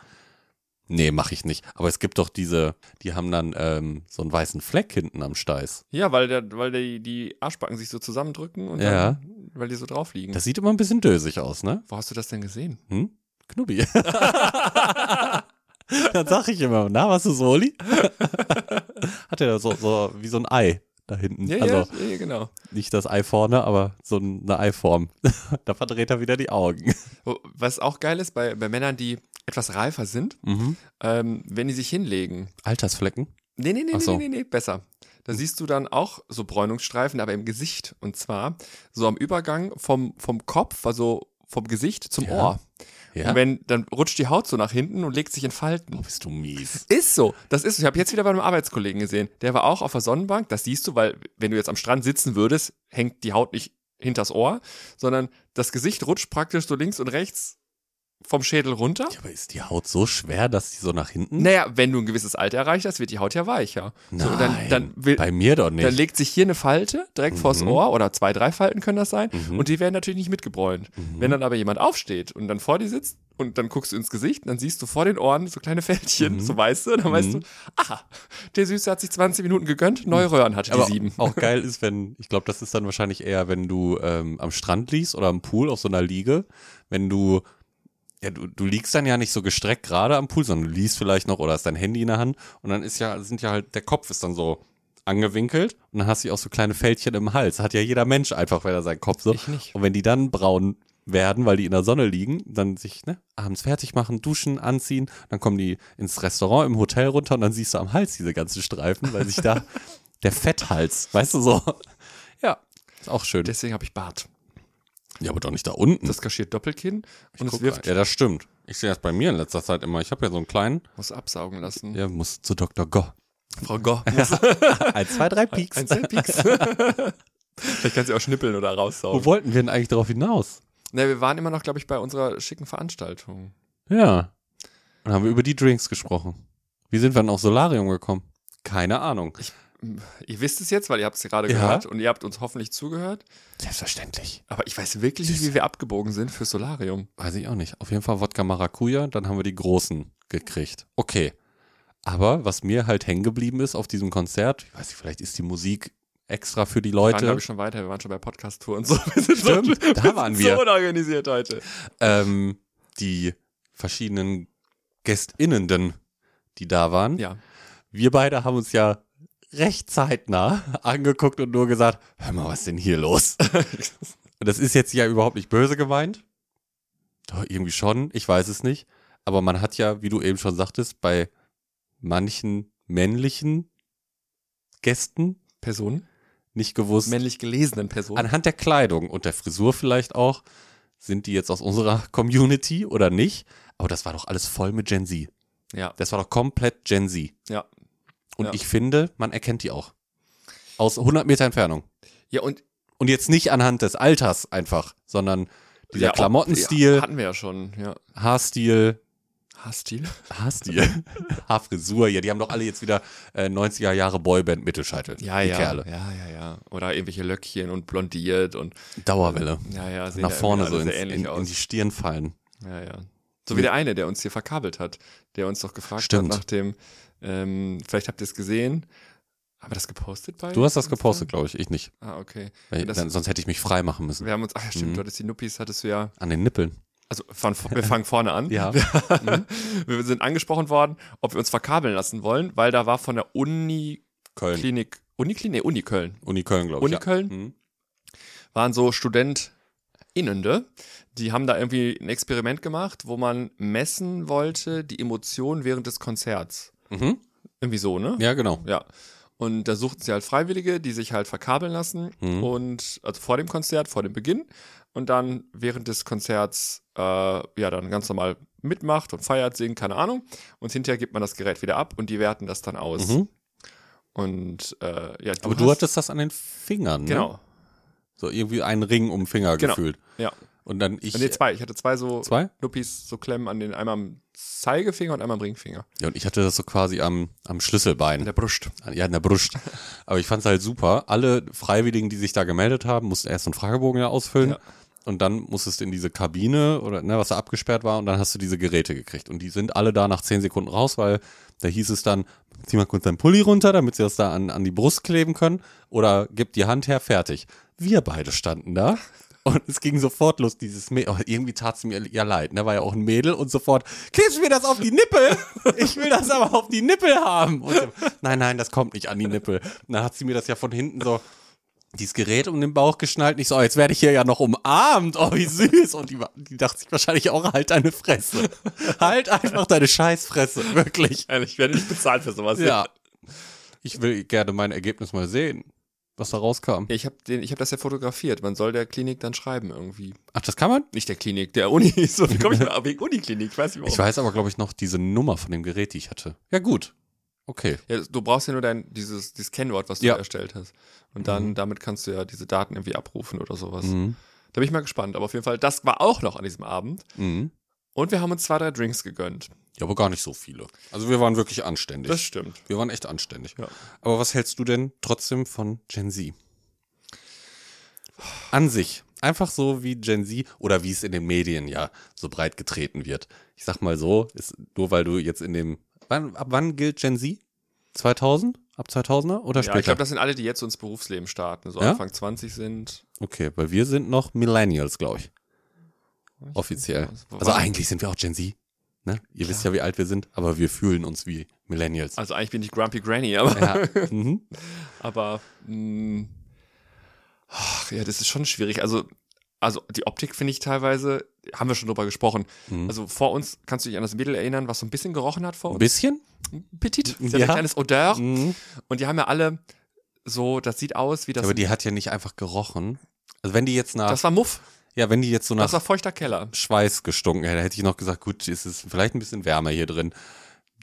Nee, mache ich nicht. Aber es gibt doch diese, die haben dann ähm, so einen weißen Fleck hinten am Steiß.
Ja, weil, der, weil die, die Arschbacken sich so zusammendrücken und
Ja.
dann, weil die so drauf liegen.
Das sieht immer ein bisschen dösig aus, ne?
Wo hast du das denn gesehen?
Hm? Knubi. Dann sag ich immer, na, was ist Oli? Hat er so, so wie so ein Ei da hinten.
Ja,
also
ja, ja, genau.
nicht das Ei vorne, aber so eine Eiform. da verdreht er wieder die Augen.
Wo- Was auch geil ist bei, bei Männern, die etwas reifer sind, ähm, wenn die sich hinlegen.
Altersflecken.
Nee, nee, nee,
Ach
nee,
so.
nee, nee, besser. Da siehst du dann auch so Bräunungsstreifen, aber im Gesicht. Und zwar so am Übergang vom, vom Kopf, also vom Gesicht zum
Ja.
Ohr.
Ja.
Und wenn, dann rutscht die Haut so nach hinten und legt sich in Falten.
Oh, bist du mies.
Ist so, das ist so. Ich habe jetzt wieder bei einem Arbeitskollegen gesehen. Der war auch auf der Sonnenbank. Das siehst du, weil wenn du jetzt am Strand sitzen würdest, hängt die Haut nicht hinters Ohr, sondern das Gesicht rutscht praktisch so links und rechts vom Schädel runter.
Ja, aber ist die Haut so schwer, dass sie so nach hinten?
Naja, wenn du ein gewisses Alter erreicht hast, wird die Haut ja weicher. So, dann,
Nein,
dann, will,
bei mir doch nicht.
dann legt sich hier eine Falte direkt vors
Mhm.
Ohr oder zwei, drei Falten können das sein
Mhm.
und die werden natürlich nicht mitgebräunt.
Mhm.
Wenn dann aber jemand aufsteht und dann vor dir sitzt und dann guckst du ins Gesicht, dann siehst du vor den Ohren so kleine Fältchen,
Mhm.
so weißt du, und dann weißt du, aha, der Süße hat sich 20 Minuten gegönnt, neue Röhren hatte die
Mhm. aber
sieben.
auch geil ist, wenn, ich glaube, das ist dann wahrscheinlich eher, wenn du ähm, am Strand liegst oder am Pool auf so einer Liege, wenn du, ja, du, du liegst dann ja nicht so gestreckt gerade am Pool, sondern du liegst vielleicht noch oder hast dein Handy in der Hand und dann ist ja, sind ja halt, der Kopf ist dann so angewinkelt und dann hast du auch so kleine Fältchen im Hals. Hat ja jeder Mensch einfach, wenn er seinen Kopf so.
Ich nicht.
Und wenn die dann braun werden, weil die in der Sonne liegen, dann sich ne, abends fertig machen, duschen, anziehen, dann kommen die ins Restaurant im Hotel runter und dann siehst du am Hals diese ganzen Streifen, weil sich da der Fetthals, weißt du so. Ja, ist auch schön.
Deswegen habe ich Bart.
ja, aber doch nicht da unten.
Das kaschiert Doppelkinn und es
Guck
wirft,
mal. ja, das stimmt. Ich sehe das bei mir in letzter Zeit immer. Ich habe ja so einen kleinen,
muss absaugen lassen.
ja, muss zu Dr. Go.
Frau Goh,
Ein, zwei, drei Peaks.
ein Zellpieks. Vielleicht kann sie auch schnippeln oder raussaugen.
Wo wollten wir denn eigentlich darauf hinaus?
Ne, wir waren immer noch, glaube ich, bei unserer schicken Veranstaltung.
Ja. Dann haben wir über die Drinks gesprochen. Wie sind wir denn auf Solarium gekommen? Keine Ahnung.
Ihr wisst es jetzt, weil ihr habt es gerade
Ja.
gehört und ihr habt uns hoffentlich zugehört.
Selbstverständlich.
Aber ich weiß wirklich nicht, wie wir abgebogen sind für Solarium.
Weiß ich auch nicht. Auf jeden Fall Wodka Maracuja, dann haben wir die großen gekriegt. Okay. Aber was mir halt hängen geblieben ist auf diesem Konzert, ich weiß nicht, vielleicht ist die Musik extra für die
Wir waren,
Leute.
glaube ich, schon weiter. Wir waren schon bei Podcast-Tour und so. Wir sind
Stimmt,
so,
da waren
sind
wir.
so unorganisiert heute.
ähm, die verschiedenen GästInnenden, die da waren.
Ja.
Wir beide haben uns ja recht zeitnah angeguckt und nur gesagt, hör mal, was ist denn hier los? Und das ist jetzt ja überhaupt nicht böse gemeint. Doch, irgendwie schon, ich weiß es nicht. Aber man hat ja, wie du eben schon sagtest, bei manchen männlichen Gästen
Personen,
nicht gewusst,
männlich gelesenen
Oh.
Personen.
anhand der Kleidung und der Frisur vielleicht auch, sind die jetzt aus unserer Community oder nicht. Aber das war doch alles voll mit Gen Z.
Ja.
Das war doch komplett Gen Z.
Ja.
Und
Ja.
ich finde, man erkennt die auch. Aus 100 Meter Entfernung.
Ja, und
Und jetzt nicht anhand des Alters einfach, sondern dieser
ja, ob-
Klamottenstil,
Ja, hatten wir ja schon, ja.
Haarstil,
Haarstil.
Haarstil, Haarfrisur, ja, die haben doch alle jetzt wieder äh, 90er Jahre Boyband Mittelscheitel.
Ja,
die
ja.
Kerle.
Ja, ja, ja. Oder irgendwelche Löckchen und blondiert und
Dauerwelle.
ja, ja, sehen
Nach
ja
vorne
irgendwie
so
alle
ins,
sehr ähnlich
in, in
aus.
die Stirn fallen.
Ja, ja. So wie der eine, der uns hier verkabelt hat, der uns doch gefragt
Stimmt.
hat nach dem, ähm, vielleicht habt ihr es gesehen, haben wir das gepostet bei?
Du hast das
Insta?
gepostet, glaube ich. Ich nicht.
Ah, okay.
Weil,
Das-
dann, sonst hätte ich mich frei machen müssen.
Wir haben uns, ach ja,
Mhm.
stimmt, du hattest die Nuppis, hattest du ja,
An den Nippeln.
also fang, wir fangen vorne an.
Ja.
wir sind angesprochen worden, ob wir uns verkabeln lassen wollen, weil da war von der Uniklinik,
Köln.
Uniklinik, nee, Uni Köln,
Uni Köln, glaube ich.
Uni Köln?
Ja. Mhm.
waren so StudentInnende, die haben da irgendwie ein Experiment gemacht, wo man messen wollte, die Emotionen während des Konzerts.
Mhm.
Irgendwie so, ne?
ja, genau.
Ja. Und da suchten sie halt Freiwillige, die sich halt verkabeln lassen
Mhm.
und also vor dem Konzert, vor dem Beginn und dann während des Konzerts äh, ja dann ganz normal mitmacht und feiert, singt, keine Ahnung. Und hinterher gibt man das Gerät wieder ab und die werten das dann aus.
Mhm.
Und äh, ja, du
Aber du
hast-
hattest das an den Fingern, ne?
genau,
So irgendwie einen Ring um den Finger
Genau.
gefühlt.
ja,
Und dann ich.
nee, zwei. Ich hatte zwei so
zwei?
Nuppis so Klemmen an den einmal am Zeigefinger und einmal am Ringfinger.
Ja, und ich hatte das so quasi am, am Schlüsselbein.
In der Brust.
An- Ja, in der Brust. Aber ich fand's halt super. Alle Freiwilligen, die sich da gemeldet haben, mussten erst einen Fragebogen ja ausfüllen.
Ja.
Und dann musstest du in diese Kabine oder ne, was da abgesperrt war, und dann hast du diese Geräte gekriegt. Und die sind alle da nach zehn Sekunden raus, weil da hieß es dann, zieh mal kurz deinen Pulli runter, damit sie das da an, an die Brust kleben können. Oder gib die Hand her, fertig. Wir beide standen da. Und es ging sofort los, dieses Mädel. Oh, irgendwie tat's mir ja leid, ne? War ja auch ein Mädel und sofort, klebst mir das auf die Nippel? Ich will das aber auf die Nippel haben. Und, so, nein, nein, das kommt nicht an die Nippel. Und dann hat sie mir das ja von hinten so dieses Gerät um den Bauch geschnallt. Nicht so, oh, jetzt werde ich hier ja noch umarmt. Oh, wie süß. Und die, war- die dachte sich wahrscheinlich auch, halt deine Fresse. halt einfach deine Scheißfresse, wirklich.
Ehrlich, ich werde nicht bezahlt für sowas. Ja.
Ja. Ich will gerne mein Ergebnis mal sehen, was da rauskam.
Ich habe hab das ja fotografiert. Man soll der Klinik dann schreiben irgendwie.
Ach, das kann man?
Nicht der Klinik, der Uni. So, wie komme ich mal wegen Uniklinik? Ich weiß nicht warum.
Ich weiß aber, glaube ich, noch diese Nummer von dem Gerät, die ich hatte. Ja, gut. Okay.
ja, du brauchst ja nur dein, dieses, dieses Kennwort, was du
Ja.
erstellt hast. Und dann, damit kannst du ja diese Daten irgendwie abrufen oder sowas.
Mhm.
Da bin ich mal gespannt. Aber auf jeden Fall, das war auch noch an diesem Abend.
Mhm.
Und wir haben uns zwei, drei Drinks gegönnt.
Ja, aber gar nicht so viele. Also wir waren wirklich anständig.
Das stimmt.
wir waren echt anständig.
Ja.
Aber was hältst du denn trotzdem von Gen Z? An sich. Einfach so wie Gen Z oder wie es in den Medien ja so breit getreten wird. Ich sag mal so, ist nur weil du jetzt in dem. Wann, ab wann gilt Gen Z? 2000? Ab 2000er oder
Ja,
später?
ich glaube, das sind alle, die jetzt so ins Berufsleben starten. So
Ja?
Anfang 20 sind.
okay, weil wir sind noch Millennials, glaube ich. Offiziell.
weiß nicht.
Also eigentlich sind wir auch Gen Z. Ne? Ihr wisst ja, wie alt wir sind, aber wir fühlen uns wie Millennials.
Also eigentlich bin ich Grumpy Granny, aber,
Ja. mhm.
aber mh, ach, ja, das ist schon schwierig. Also, also die Optik finde ich teilweise, haben wir schon drüber gesprochen.
Mhm.
Also vor uns kannst du dich an das Mädel erinnern, was so ein bisschen gerochen hat vor
Ein
uns.
bisschen?
Petit. Sie hat
Ja.
ein kleines Odeur.
Mhm.
Und die haben ja alle so, das sieht aus wie das.
Aber die hat ja nicht einfach gerochen. Also wenn die jetzt nach,
das war Muff.
ja, wenn die jetzt so nach
Das war feuchter Keller.
Schweiß gestunken hätte, hätte ich noch gesagt, gut, es ist vielleicht ein bisschen wärmer hier drin.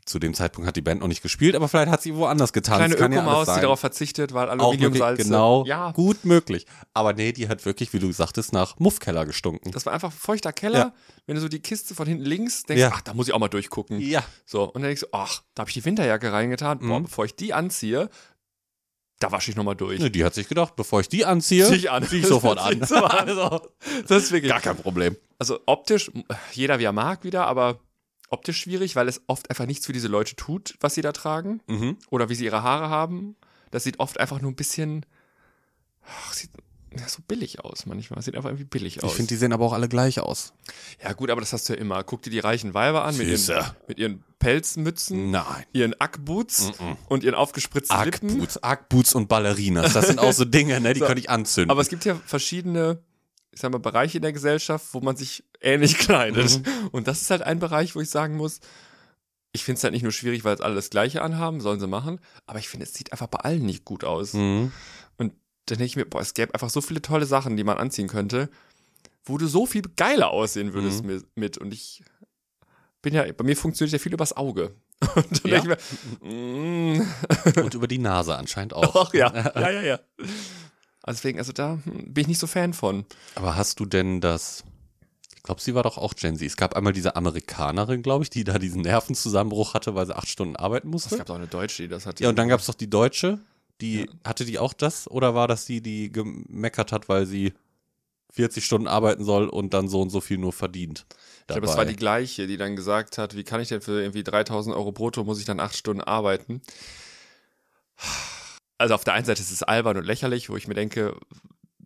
Zu dem Zeitpunkt hat die Band noch nicht gespielt, aber vielleicht hat sie woanders getanzt.
Kleine
Kann ja alles
Ökomaus,
sein.
die darauf verzichtet, weil
auch möglich,
Aluminiumsalze.
genau,
ne? Ja,
gut möglich. Aber nee, die hat wirklich, wie du sagtest, nach Muffkeller gestunken.
das war einfach feuchter Keller.
Ja.
Wenn du so die Kiste von hinten links denkst,
Ja.
ach, da muss ich auch mal durchgucken.
ja,
So, und dann denkst du, ach, da habe ich die Winterjacke reingetan. Boah,
Mhm.
bevor ich die anziehe, da wasche ich nochmal durch.
nee, die hat sich gedacht, bevor ich die anziehe,
Zieh ich an.
zieh ich sofort an.
Zieh ich sofort an.
also,
Das ist wirklich,
gar kein Problem.
also optisch, äh, jeder wie er mag wieder, aber optisch schwierig, weil es oft einfach nichts für diese Leute tut, was sie da tragen
Mhm.
oder wie sie ihre Haare haben. Das sieht oft einfach nur ein bisschen, ach, sieht ja, so billig aus manchmal. Sieht einfach irgendwie billig
Ich
aus.
finde, die sehen aber auch alle gleich aus.
ja gut, aber das hast du ja immer. Guck dir die reichen Weiber an mit ihren,
Süße.
mit ihren Pelzmützen,
Nein.
ihren Ackboots und ihren aufgespritzten Lippen.
Arc-Boots, Arc-Boots und Ballerinas, das sind auch so Dinge, ne, die könnte ich anzünden.
Aber es gibt ja verschiedene, ich sag mal, Bereiche in der Gesellschaft, wo man sich ähnlich kleidet.
Mhm.
Und das ist halt ein Bereich, wo ich sagen muss, ich finde es halt nicht nur schwierig, weil es alle das Gleiche anhaben, sollen sie machen, aber ich finde, es sieht einfach bei allen nicht gut aus.
Mhm.
Und dann denke ich mir, boah, es gäbe einfach so viele tolle Sachen, die man anziehen könnte, wo du so viel geiler aussehen würdest
Mhm.
mi- mit. Und ich bin ja, bei mir funktioniert ja viel übers Auge. Und dann
Ja?
denke ich mir, mm,
Und über die Nase anscheinend auch.
doch, ja, ja, ja, ja. Also deswegen, also da hm, bin ich nicht so Fan von.
Aber hast du denn das glaube, sie war doch auch Gen Z. Es gab einmal diese Amerikanerin, glaube ich, die da diesen Nervenzusammenbruch hatte, weil sie acht Stunden arbeiten
Es
musste.
gab auch eine Deutsche, die das hatte.
Ja, und dann gab es doch die Deutsche, die hatte die auch das oder war das die, die gemeckert hat, weil sie 40 Stunden arbeiten soll und dann so und so viel nur verdient?
ich glaube, es war die gleiche, die dann gesagt hat, wie kann ich denn für irgendwie 3000 Euro brutto, muss ich dann acht Stunden arbeiten? Also auf der einen Seite ist es albern und lächerlich, wo ich mir denke,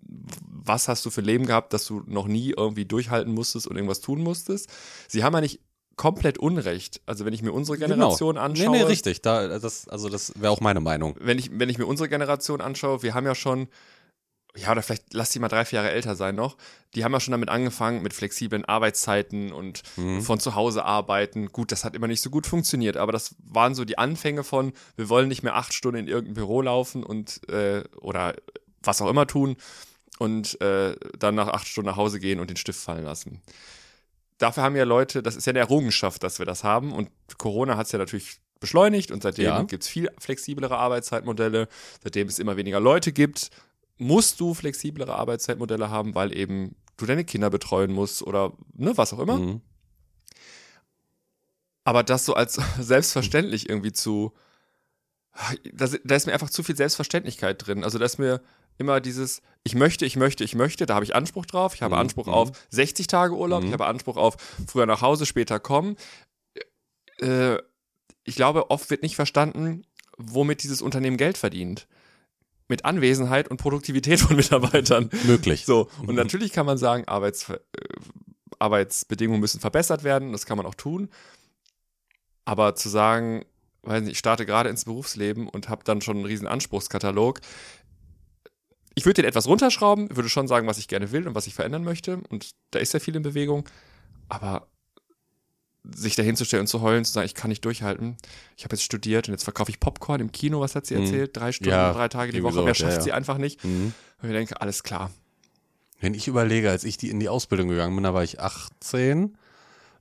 was hast du für ein Leben gehabt, dass du noch nie irgendwie durchhalten musstest und irgendwas tun musstest? Sie haben ja nicht komplett Unrecht. Also wenn ich mir unsere Generation anschaue,
Genau. Nee, nee, richtig. Da, das, also das wäre auch meine Meinung.
wenn ich, wenn ich mir unsere Generation anschaue, wir haben ja schon, ja, oder vielleicht lass die mal drei, vier Jahre älter sein noch, die haben ja schon damit angefangen mit flexiblen Arbeitszeiten und
Mhm.
von zu Hause arbeiten. Gut, das hat immer nicht so gut funktioniert, aber das waren so die Anfänge von, wir wollen nicht mehr acht Stunden in irgendein Büro laufen und äh, oder was auch immer tun und äh, dann nach acht Stunden nach Hause gehen und den Stift fallen lassen. Dafür haben ja Leute, das ist ja eine Errungenschaft, dass wir das haben und Corona hat es ja natürlich beschleunigt und seitdem
Ja.
gibt's viel flexiblere Arbeitszeitmodelle, seitdem es immer weniger Leute gibt, musst du flexiblere Arbeitszeitmodelle haben, weil eben du deine Kinder betreuen musst oder ne, was auch immer.
Mhm.
Aber das so als selbstverständlich
Mhm.
irgendwie zu. Da, si- da ist mir einfach zu viel Selbstverständlichkeit drin. Also da ist mir immer dieses, ich möchte, ich möchte, ich möchte, da habe ich Anspruch drauf. Ich habe
Mhm.
Anspruch auf 60 Tage Urlaub, ich
Mhm.
habe Anspruch auf früher nach Hause, später kommen. Äh, ich glaube, oft wird nicht verstanden, womit dieses Unternehmen Geld verdient. Mit Anwesenheit und Produktivität von Mitarbeitern.
Möglich.
So, und natürlich kann man sagen, Arbeits, äh, Arbeitsbedingungen müssen verbessert werden, das kann man auch tun. Aber zu sagen, weiß nicht, ich starte gerade ins Berufsleben und habe dann schon einen riesen Anspruchskatalog. Ich würde den etwas runterschrauben, würde schon sagen, was ich gerne will und was ich verändern möchte. Und da ist ja viel in Bewegung. Aber sich dahinzustellen und zu heulen, zu sagen, ich kann nicht durchhalten. Ich habe jetzt studiert und jetzt verkaufe ich Popcorn im Kino, was hat sie
Mhm.
erzählt? Drei Stunden,
Ja,
drei Tage die
irgendwie
Woche,
so,
mehr
ja,
schafft
ja.
sie einfach nicht.
Mhm.
Und ich denke, alles klar,
Wenn ich überlege, als ich die in die Ausbildung gegangen bin, da war ich 18,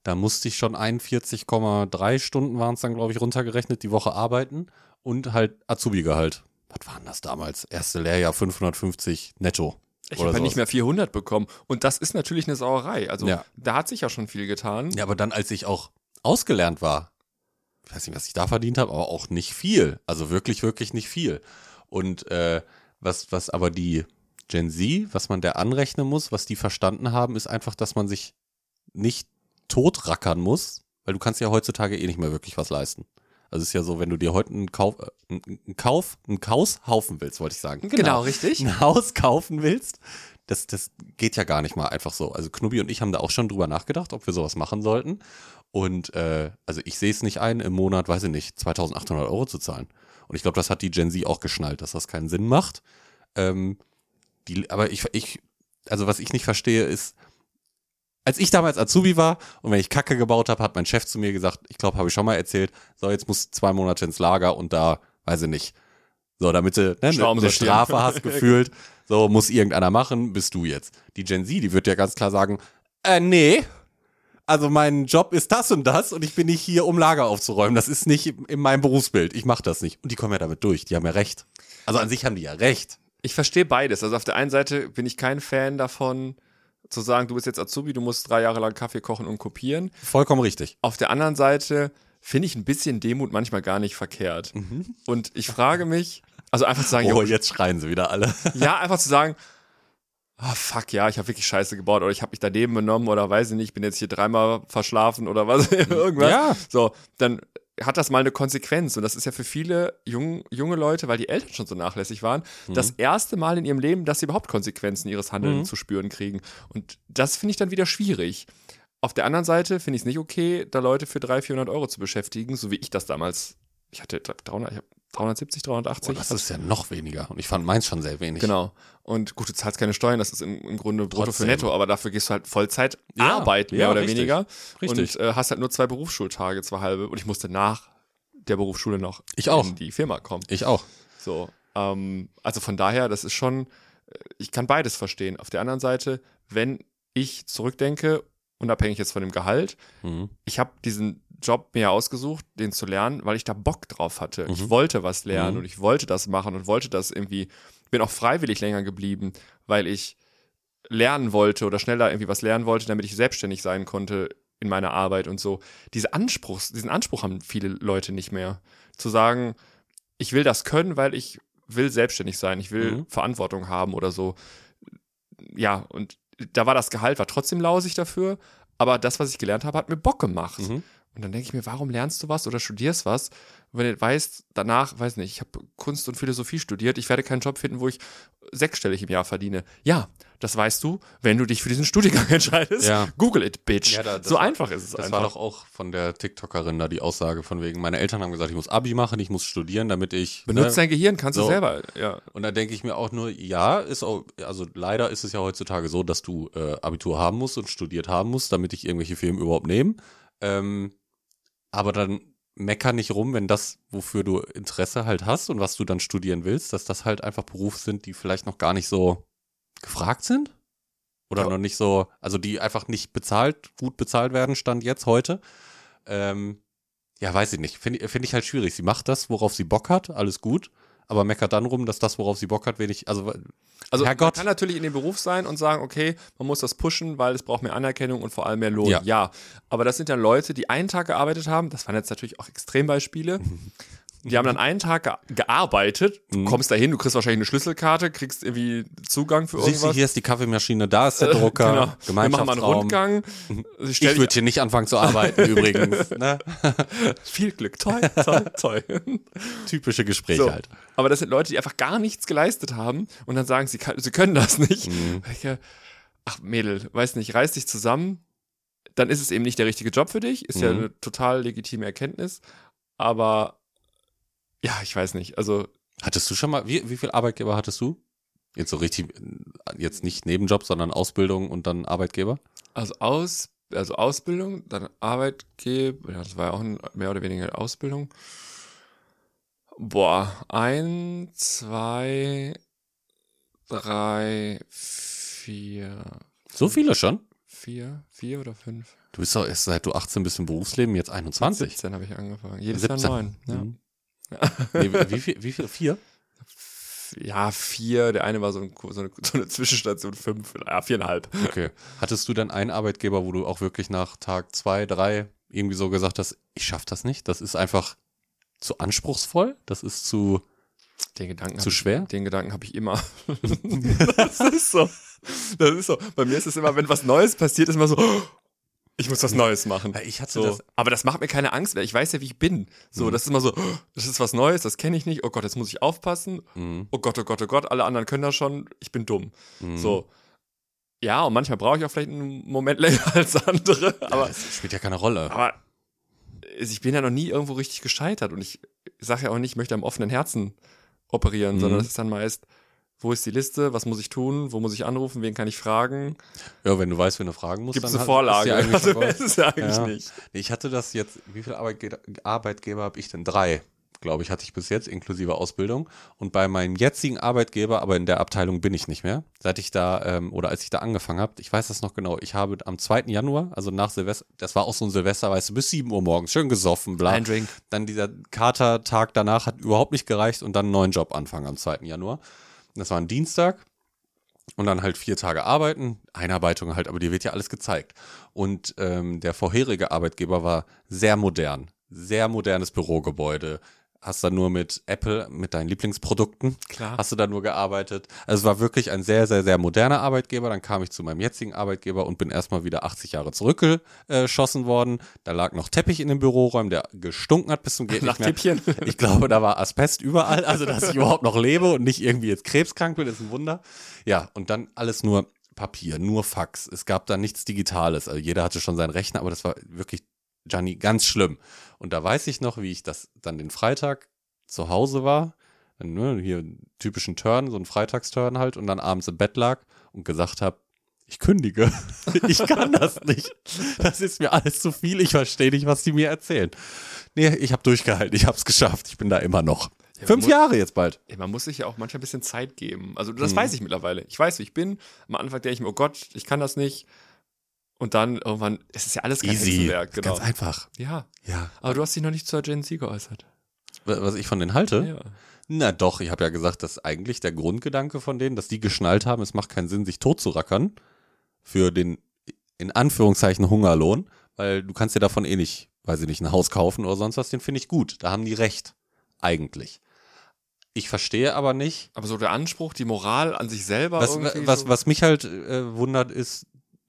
da musste ich schon 41,3 Stunden waren es dann, glaube ich, runtergerechnet, die Woche arbeiten und halt Azubi-Gehalt. Was waren das damals? Erste Lehrjahr 550 netto.
Ich
oder
habe ja
sowas.
nicht mehr 400 bekommen. Und das ist natürlich eine Sauerei. Also
Ja.
da hat sich ja schon viel getan.
Ja, aber dann, als ich auch ausgelernt war, ich weiß nicht, was ich da verdient habe, aber auch nicht viel. Also wirklich, wirklich nicht viel. Und äh, was, was aber die Gen Z, was man der anrechnen muss, was die verstanden haben, ist einfach, dass man sich nicht totrackern muss, weil du kannst ja heutzutage eh nicht mehr wirklich was leisten. Also es ist ja so, wenn du dir heute einen Kauf, äh, einen einen Kauf, einen Kaus haufen willst, wollte ich sagen.
Genau. richtig.
ein Haus kaufen willst, das, das geht ja gar nicht mal einfach so. Also Knubbi und ich haben da auch schon drüber nachgedacht, ob wir sowas machen sollten. Und äh, also ich sehe es nicht ein, im Monat, weiß ich nicht, 2800 Euro zu zahlen. Und ich glaube, das hat die Gen Z auch geschnallt, dass das keinen Sinn macht. Ähm, die, aber ich, ich, also was ich nicht verstehe, ist, als ich damals Azubi war und wenn ich Kacke gebaut habe, hat mein Chef zu mir gesagt, ich glaube, habe ich schon mal erzählt, so jetzt musst du zwei Monate ins Lager und da, weiß ich nicht, so damit du ne, ne,
Schrauben
eine
sortieren.
Strafe hast gefühlt, so muss irgendeiner machen, bist du jetzt. Die Gen Z, die wird ja ganz klar sagen, äh, nee, also mein Job ist das und das und ich bin nicht hier, um Lager aufzuräumen. Das ist nicht in meinem Berufsbild. Ich mache das nicht. Und die kommen ja damit durch. Die haben ja recht. Also an sich haben die ja recht.
Ich verstehe beides. Also auf der einen Seite bin ich kein Fan davon, zu sagen, du bist jetzt Azubi, du musst drei Jahre lang Kaffee kochen und kopieren.
Vollkommen richtig.
Auf der anderen Seite finde ich ein bisschen Demut manchmal gar nicht verkehrt.
Mhm.
Und ich frage mich, also einfach zu sagen,
Oh,
jo,
jetzt schreien sie wieder alle.
ja, einfach zu sagen, ah fuck, ja, ich habe wirklich Scheiße gebaut oder ich habe mich daneben benommen oder weiß ich nicht, bin jetzt hier dreimal verschlafen oder was, irgendwas.
Ja.
So, dann hat das mal eine Konsequenz und das ist ja für viele jung, junge Leute, weil die Eltern schon so nachlässig waren,
Mhm. Hm.
das erste Mal in ihrem Leben, dass sie überhaupt Konsequenzen ihres Handelns zu spüren kriegen. Und das finde ich dann wieder schwierig. Auf der anderen Seite finde ich es nicht okay, da Leute für 300, 400 Euro zu beschäftigen, so wie ich das damals, ich hatte 300, ich hab 370, 380.
Oh, das ist ja noch weniger. Und ich fand meins schon sehr wenig.
Genau. Und gut, du zahlst keine Steuern, das ist im, im Grunde brutto für
Trotzdem.
netto, aber dafür gehst du halt Vollzeit
Ja,
Arbeit, mehr
ja,
oder
richtig.
weniger.
Richtig.
Und äh, hast halt nur zwei Berufsschultage, zwei halbe. Und ich musste nach der Berufsschule noch
Ich auch.
in die Firma kommen.
Ich auch.
So. Ähm, also von daher, das ist schon, äh, ich kann beides verstehen. Auf der anderen Seite, wenn ich zurückdenke, unabhängig jetzt von dem Gehalt,
Mhm.
ich habe diesen Job mir ausgesucht, den zu lernen, weil ich da Bock drauf hatte. Ich
Mhm.
wollte was lernen
Mhm.
und ich wollte das machen und wollte das irgendwie, bin auch freiwillig länger geblieben, weil ich lernen wollte oder schneller irgendwie was lernen wollte, damit ich selbstständig sein konnte in meiner Arbeit und so. Diese Anspruchs, diesen Anspruch haben viele Leute nicht mehr. Zu sagen, ich will das können, weil ich will selbstständig sein, ich will
Mhm.
Verantwortung haben oder so. Ja, und da war das Gehalt, war trotzdem lausig dafür, aber das, was ich gelernt habe, hat mir Bock gemacht.
Mhm.
Und dann denke ich mir, warum lernst du was oder studierst was, wenn du weißt, danach, weiß nicht, ich habe Kunst und Philosophie studiert, ich werde keinen Job finden, wo ich sechsstellig im Jahr verdiene. Ja, das weißt du, wenn du dich für diesen Studiengang entscheidest.
Ja.
Google it, bitch.
Ja, da- das
so
war-
einfach ist es
Das
einfach.
war doch auch von der TikTokerin da die Aussage von wegen, meine Eltern haben gesagt, ich muss Abi machen, ich muss studieren, damit ich.
Benutzt
ne?
dein Gehirn, kannst du
So.
selber. Ja.
Und da denke ich mir auch nur, ja, ist auch, also leider ist es ja heutzutage so, dass du äh, Abitur haben musst und studiert haben musst, damit ich irgendwelche Filme überhaupt nehme. Ähm, aber dann mecker nicht rum, wenn das, wofür du Interesse halt hast und was du dann studieren willst, dass das halt einfach Berufe sind, die vielleicht noch gar nicht so gefragt sind. Oder
Ja.
noch nicht so, also die einfach nicht bezahlt, gut bezahlt werden, stand jetzt heute. Ähm, ja, weiß ich nicht. Finde find ich halt schwierig. Sie macht das, worauf sie Bock hat, alles gut. Aber meckert dann rum, dass das, worauf sie Bock hat, wenig. Also,
Also man
Herrgott.
kann natürlich in dem Beruf sein und sagen, okay, man muss das pushen, weil es braucht mehr Anerkennung und vor allem mehr Lohn. Ja.
Ja.
Aber das sind dann Leute, die einen Tag gearbeitet haben, das waren jetzt natürlich auch Extrembeispiele. Die haben dann einen Tag ge gearbeitet, du
Mhm.
kommst da hin, du kriegst wahrscheinlich eine Schlüsselkarte, kriegst irgendwie Zugang für
siehst du,
irgendwas.
hier ist die Kaffeemaschine, da ist der Drucker,
genau. Wir machen mal einen
Gemeinschaftsraum. Mhm.
Rundgang. Stell
Ich
dich
würde hier nicht anfangen zu arbeiten, übrigens. Ne?
viel Glück. Toll, toll, toll.
Typische Gespräche
so.
halt.
Aber das sind Leute, die einfach gar nichts geleistet haben und dann sagen, sie, kann, sie können das nicht.
Mhm.
Ich, äh, Ach, Mädel, weiß nicht, reiß dich zusammen, dann ist es eben nicht der richtige Job für dich. Ist ja
Mhm.
eine total legitime Erkenntnis. Aber ja, ich weiß nicht. Also
Hattest du schon mal, wie, wie viel Arbeitgeber hattest du? Jetzt so richtig, äh, jetzt nicht Nebenjob, sondern Ausbildung und dann Arbeitgeber?
Also aus, also Ausbildung, dann Arbeitgeber, ja, das war ja auch ein- mehr oder weniger Ausbildung. Boah, ein, zwei, drei, vier,
So viele schon?
vier, vier oder fünf?
Du bist doch erst seit du 18 bist im Berufsleben, jetzt 21.
17 habe ich angefangen. Jedes
17.
Jahr neun. Ja.
Mhm. Nee, wie- wie viel? Wie viel? Vier?
ja, vier, der eine war so, ein, so, eine, so eine Zwischenstation, fünf, ja, viereinhalb.
Okay. Hattest du dann einen Arbeitgeber, wo du auch wirklich nach Tag zwei, drei irgendwie so gesagt hast, ich schaff das nicht? Das ist einfach zu anspruchsvoll? Das ist zu,
Den Gedanken
zu schwer?
Den Gedanken habe ich immer. das ist so. Das ist so. Bei mir ist es immer, wenn was Neues passiert, ist immer so, "Oh, ich muss was Neues machen.
Ja, ich hatte
So.
das-
Aber das macht mir keine Angst mehr. Ich weiß ja, wie ich bin. So,
Mhm.
das ist immer so, "Oh, das ist was Neues, das kenne ich nicht. Oh Gott, jetzt muss ich aufpassen.
Mhm.
Oh Gott, oh Gott, oh Gott, alle anderen können das schon. Ich bin dumm.
Mhm.
So. Ja, und manchmal brauche ich auch vielleicht einen Moment länger als andere.
Aber Ah.
Aber
das spielt ja keine Rolle.
aber also ich bin ja noch nie irgendwo richtig gescheitert und ich sage ja auch nicht, ich möchte am offenen Herzen operieren,
Mhm.
sondern das ist dann meist, wo ist die Liste, was muss ich tun, wo muss ich anrufen, wen kann ich fragen,
Ja, wenn du weißt, wen du fragen musst,
gibt es
dann
eine
hat- ist
Vorlage?
dir eigentlich
Also
schon
mehr
vorbei.
ist es ja eigentlich
Ja.
nicht.
Nee, Ich hatte das jetzt, wie viele Arbeitge Arbeitgeber habe ich denn? Drei, glaube ich, hatte ich bis jetzt, inklusive Ausbildung. Und bei meinem jetzigen Arbeitgeber, aber in der Abteilung bin ich nicht mehr, seit ich da, ähm, oder als ich da angefangen habe, ich weiß das noch genau, ich habe am 2. Januar, also nach Silvester, das war auch so ein Silvester, weißt du, bis 7 Uhr morgens, schön gesoffen, bla.
Ein Drink.
Dann dieser Katertag danach hat überhaupt nicht gereicht und dann einen neuen Job anfangen am 2. Januar. Das war ein Dienstag und dann halt vier Tage arbeiten, Einarbeitung halt, aber dir wird ja alles gezeigt. Und ähm, der vorherige Arbeitgeber war sehr modern, sehr modernes Bürogebäude. Hast da nur mit Apple, mit deinen Lieblingsprodukten,
Klar.
hast du da nur gearbeitet. Also es war wirklich ein sehr, sehr, sehr moderner Arbeitgeber. Dann kam ich zu meinem jetzigen Arbeitgeber und bin erstmal wieder 80 Jahre zurückgeschossen worden. Da lag noch Teppich in den Büroräumen, der gestunken hat bis zum Geht
Nach
nicht mehr.
Tippchen.
Ich glaube, da war Asbest überall. Also, dass ich überhaupt noch lebe und nicht irgendwie jetzt krebskrank bin, ist ein Wunder. Ja, und dann alles nur Papier, nur Fax. Es gab da nichts Digitales. Also, jeder hatte schon seinen Rechner, aber das war wirklich, Gianni, ganz schlimm. Und da weiß ich noch, wie ich das dann den Freitag zu Hause war. Dann, ne, hier einen typischen Turn, so einen Freitagsturn halt. Und dann abends im Bett lag und gesagt habe, ich kündige. Ich kann das nicht. Das ist mir alles zu viel. Ich verstehe nicht, was die mir erzählen. Nee, ich habe durchgehalten. Ich habe es geschafft. Ich bin da immer noch.
Ja,
Fünf
mu-
Jahre jetzt bald.
Ey, man muss sich ja auch manchmal ein bisschen Zeit geben. Also das
Mhm.
weiß ich mittlerweile. Ich weiß, wie ich bin. Am Anfang denke ich mir, oh Gott, ich kann das nicht. Und dann irgendwann, es ist ja alles kein Hexenwerk. Genau.
Ganz einfach.
Ja,
Ja.
aber du hast dich noch nicht zur Gen Z geäußert.
Wa- Was ich von denen halte?
Ja.
Na doch, ich habe ja gesagt, dass eigentlich der Grundgedanke von denen, dass die geschnallt haben, es macht keinen Sinn, sich tot zu rackern für den in Anführungszeichen Hungerlohn, weil du kannst dir davon eh nicht, weiß ich nicht, ein Haus kaufen oder sonst was, den finde ich gut. Da haben die recht. Eigentlich. Ich verstehe aber nicht,
Aber so der Anspruch, die Moral an sich selber
was,
irgendwie.
was,
so,
was mich halt äh, wundert, ist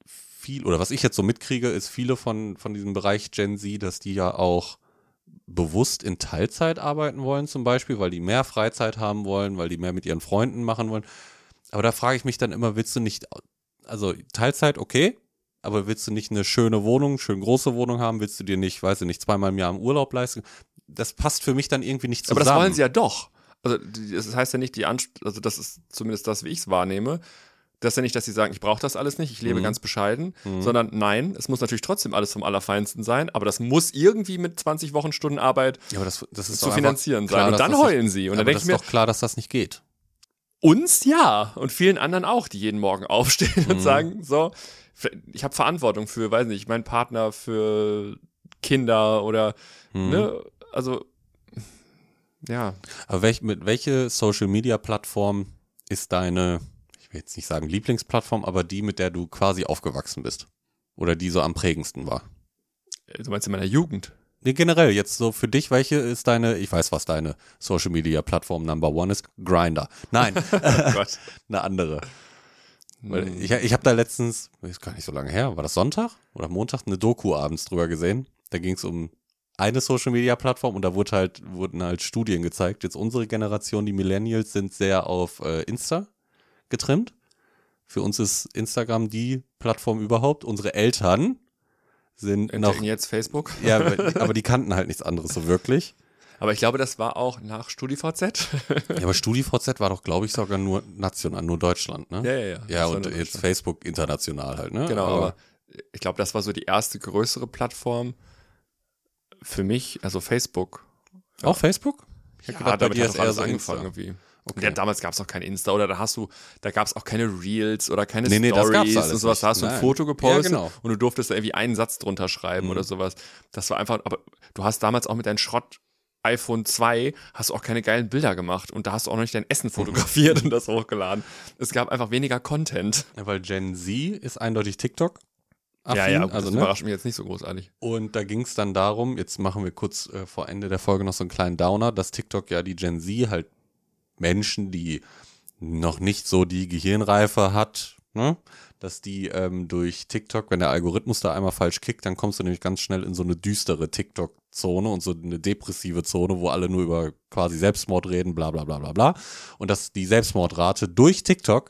viel, oder was ich jetzt so mitkriege, ist viele von, von diesem Bereich Gen Z, dass die ja auch bewusst in Teilzeit arbeiten wollen, zum Beispiel, weil die mehr Freizeit haben wollen, weil die mehr mit ihren Freunden machen wollen. Aber da frage ich mich dann immer, willst du nicht, also Teilzeit, okay, aber willst du nicht eine schöne Wohnung, schön große Wohnung haben, willst du dir nicht, weiß ich nicht, zweimal im Jahr im Urlaub leisten? Das passt für mich dann irgendwie nicht zusammen.
aber das wollen sie ja doch. Also die- das heißt ja nicht, die Anspr also das ist zumindest das, wie ich es wahrnehme. Das ist ja nicht, dass sie sagen, ich brauche das alles nicht, ich lebe
Mhm.
ganz bescheiden,
Mhm.
sondern nein, es muss natürlich trotzdem alles vom Allerfeinsten sein, aber das muss irgendwie mit 20 Wochenstunden Arbeit
ja, aber das, das ist
zu
doch
finanzieren
klar,
sein.
dass
Und dann
das nicht-
heulen sie. Und
aber
dann denke
das
ich
ist
mir,
doch klar, dass das nicht geht.
Uns ja und vielen anderen auch, die jeden Morgen aufstehen und
Mhm.
sagen, so, ich habe Verantwortung für, weiß nicht, meinen Partner, für Kinder oder,
Mhm.
ne, also, ja.
Aber welch, mit welche Social Media Plattform ist deine, ich will jetzt nicht sagen Lieblingsplattform, aber die, mit der du quasi aufgewachsen bist? Oder die so am prägendsten war?
Du meinst in meiner Jugend?
Nee, generell, jetzt so für dich, welche ist deine, ich weiß, was deine Social Media Plattform Number One ist? Grinder. Nein,
Oh Gott.
eine andere. Weil
Hm.
ich ich habe da letztens, ist gar nicht so lange her, war das Sonntag oder Montag, eine Doku abends drüber gesehen. Da ging es um eine Social Media Plattform und da wurde halt, wurden halt Studien gezeigt. Jetzt unsere Generation, die Millennials, sind sehr auf äh, Insta getrimmt. Für uns ist Instagram die Plattform überhaupt. Unsere Eltern sind noch.
Entdecken jetzt Facebook.
Ja, aber- aber die kannten halt nichts anderes so wirklich.
Aber ich glaube, das war auch nach StudiVZ.
Ja, aber StudiVZ war doch, glaube ich, sogar nur national, nur Deutschland, ne?
ja, ja, ja.
Ja,
Das war
und
nur
jetzt
Deutschland.
Facebook international halt, ne?
Genau, aber ich glaube, das war so die erste größere Plattform für mich, also Facebook.
Auch Facebook? Ich hab
Ja,
gedacht, bei
damit
dir
hat
ist
doch
eher
alles
so Insta.
angefangen irgendwie.
Okay.
Ja, damals gab es auch kein Insta oder da hast du, da gab es auch keine Reels oder keine
Nee, nee, das
Stories
gab's alles
und sowas. Da
nicht.
hast du ein
Nein.
Foto gepostet
Ja, genau. Mhm.
und du durftest da irgendwie einen Satz drunter schreiben oder sowas. Das war einfach, aber du hast damals auch mit deinem Schrott iPhone 2 hast du auch keine geilen Bilder gemacht und da hast du auch noch nicht dein Essen fotografiert und das hochgeladen. Es gab einfach weniger Content.
Ja, weil Gen Z ist eindeutig TikTok. -affin,
gut,
also,
das
ne?
überrascht mich jetzt nicht so großartig.
Und da ging es dann darum, jetzt machen wir kurz äh, vor Ende der Folge noch so einen kleinen Downer, dass TikTok ja die Gen Z halt Menschen, die noch nicht so die Gehirnreife hat, ne? dass die ähm, durch TikTok, wenn der Algorithmus da einmal falsch kickt, dann kommst du nämlich ganz schnell in so eine düstere TikTok-Zone und so eine depressive Zone, wo alle nur über quasi Selbstmord reden, bla bla bla bla bla. Und dass die Selbstmordrate durch TikTok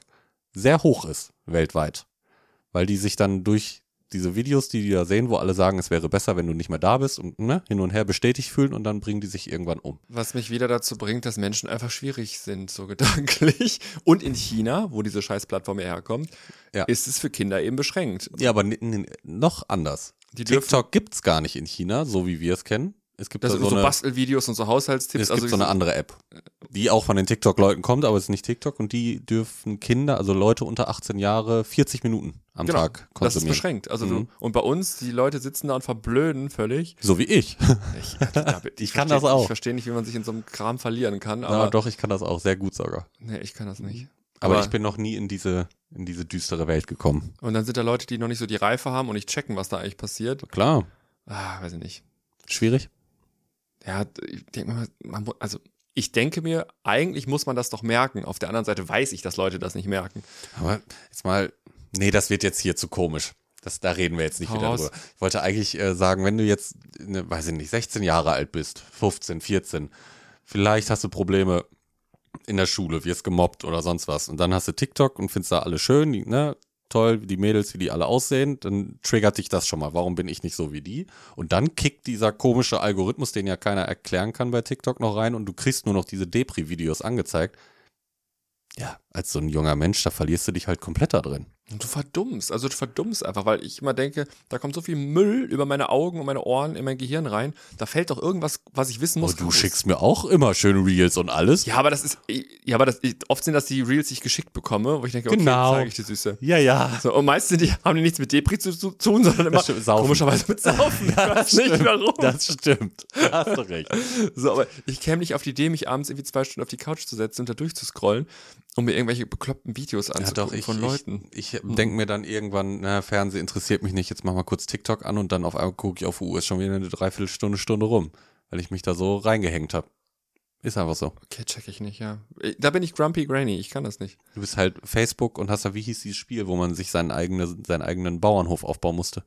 sehr hoch ist, weltweit. Weil die sich dann durch diese Videos, die die da sehen, wo alle sagen, es wäre besser, wenn du nicht mehr da bist und ne, hin und her bestätigt fühlen und dann bringen die sich irgendwann um.
Was mich wieder dazu bringt, dass Menschen einfach schwierig sind, so gedanklich. Und in China, wo diese Scheißplattform herkommt,
Ja.
ist es für Kinder eben beschränkt.
Ja, aber n- n- noch anders.
Die dürfen-
TikTok gibt's gar nicht in China, so wie wir es kennen. Es gibt
Das
da
sind
so,
so also
eine,
Bastelvideos und so Haushaltstipps.
es gibt so eine andere App, die auch von den TikTok-Leuten kommt, aber es ist nicht TikTok und die dürfen Kinder, also Leute unter 18 Jahre, 40 Minuten am
genau,
Tag
das ist
konsumieren.
beschränkt. Also
Mhm.
du, und bei uns, die Leute sitzen da und verblöden völlig.
so wie ich.
Ich, da-
Ich kann
versteh-
das auch.
Ich verstehe nicht, wie man sich in so einem Kram verlieren kann,
Aber
aber
doch, ich kann das auch sehr gut sogar.
nee, ich kann das nicht.
Aber,
Aber-
ich bin noch nie in diese, in diese düstere Welt gekommen.
Und dann sind da Leute, die noch nicht so die Reife haben und nicht checken, was da eigentlich passiert.
Klar,
Ah, weiß ich nicht.
schwierig.
Ja, ich denke mal, man, mu- also ich denke mir, eigentlich muss man das doch merken. Auf der anderen Seite weiß ich, dass Leute das nicht merken.
Aber jetzt mal, nee, das wird jetzt hier zu komisch. Das, da reden wir jetzt nicht
Hau
wieder
raus.
drüber. Ich wollte eigentlich äh, sagen, wenn du jetzt, ne, weiß ich nicht, 16 Jahre alt bist, 15, 14, vielleicht hast du Probleme in der Schule, wirst gemobbt oder sonst was. Und dann hast du TikTok und findest da alle schön, die, ne? Toll, die Mädels, wie die alle aussehen, dann triggert dich das schon mal. Warum bin ich nicht so wie die? Und dann kickt dieser komische Algorithmus, den ja keiner erklären kann bei TikTok noch rein und du kriegst nur noch diese Depri-Videos angezeigt. Ja, als so ein junger Mensch, da verlierst du dich halt komplett da drin.
Und du verdummst, also du verdummst einfach, weil ich immer denke, da kommt so viel Müll über meine Augen und meine Ohren in mein Gehirn rein, da fällt doch irgendwas, was ich wissen muss.
Aber Oh, du
raus.
schickst mir auch immer schön Reels und alles.
Ja, aber das ist, ja, aber das, oft sind das die Reels, die ich geschickt bekomme, wo ich denke, okay,
Genau.
zeige ich die Süße.
Ja, ja.
So, und meistens sind die, haben die nichts mit Depri zu zu tun, sondern immer
Das stimmt, saufen.
komischerweise mit Saufen. Ich weiß nicht warum.
Das stimmt. Da hast du recht.
So, aber ich käme nicht auf die Idee, mich abends irgendwie zwei Stunden auf die Couch zu setzen und da durchzuscrollen, um mir irgendwelche bekloppten Videos
Ja,
anzugucken
doch, ich,
von Leuten. Hm.
ich, ich denke mir dann irgendwann, na, Fernsehen interessiert mich nicht, jetzt mach mal kurz TikTok an und dann auf einmal gucke ich auf die Uhr, ist schon wieder eine Dreiviertelstunde, Stunde rum, weil ich mich da so reingehängt habe. Ist einfach so.
Okay, check ich nicht, ja. Äh, Da bin ich Grumpy Granny, ich kann das nicht.
Du bist halt Facebook und hast da, wie hieß dieses Spiel, wo man sich seinen eigenen, seinen eigenen Bauernhof aufbauen musste?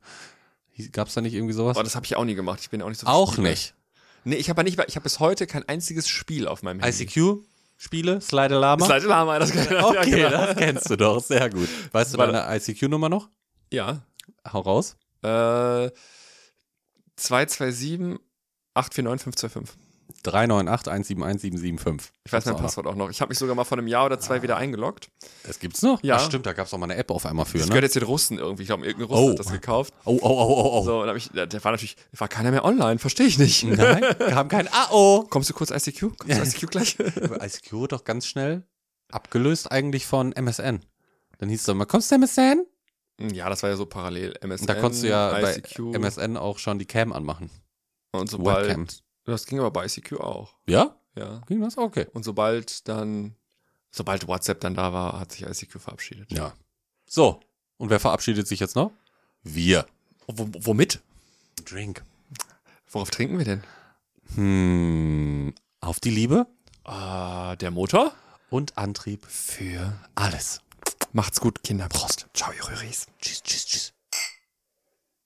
Hieß- Gab's da nicht irgendwie sowas?
Aber Oh, das habe ich auch nie gemacht. Ich bin auch nicht so
Auch
verspielt.
nicht.
Nee, ich habe ja nicht, mal- ich habe bis heute kein einziges Spiel auf meinem
ICQ-Spiele, Slide Lama?
Slide Lama, das kann ja,
Okay,
genau.
das kennst du doch, sehr gut. Weißt du
Warte.
deine ICQ-Nummer noch?
Ja.
Hau raus.
genau. Äh, 227 849 525.
398171775.
Ich weiß
Gab's auch
mein
noch. Ah.
Passwort auch noch. Ich habe mich sogar mal vor einem Jahr oder zwei wieder eingeloggt.
Das gibt's noch?
Ja.
Ach, stimmt, da gab's auch mal eine App auf einmal für,
Das
ne?
gehört jetzt den Russen irgendwie. Ich glaube, irgendein Russen
Oh.
hat das gekauft.
Oh, oh, oh, oh, oh.
So, und hab ich, der der war natürlich, war keiner mehr online, verstehe ich nicht.
Nein, wir haben kein AO.
Kommst du kurz ICQ? Kommst du ICQ gleich? Hm,
ICQ wurde doch ganz schnell abgelöst eigentlich von MSN. Dann hieß es doch mal, kommst du MSN?
ja, das war ja so parallel. MSN,
Und da konntest du ja
ICQ
bei MSN auch schon die Cam anmachen.
und Uh. sobald.
Webcam.
Das ging aber bei ICQ auch,
Ja?
ja.
Ging das? Okay.
Und sobald dann, sobald WhatsApp dann da war, hat sich ICQ verabschiedet.
Ja. So. Und wer verabschiedet sich jetzt noch? Wir.
Wo, womit?
Drink.
Worauf trinken wir denn?
Hm. Auf die Liebe
Ah, der Motor?
und Antrieb.
Für.
Alles.
Macht's gut, Kinder. Prost. Ciao, ihr Röris.
Tschüss, tschüss.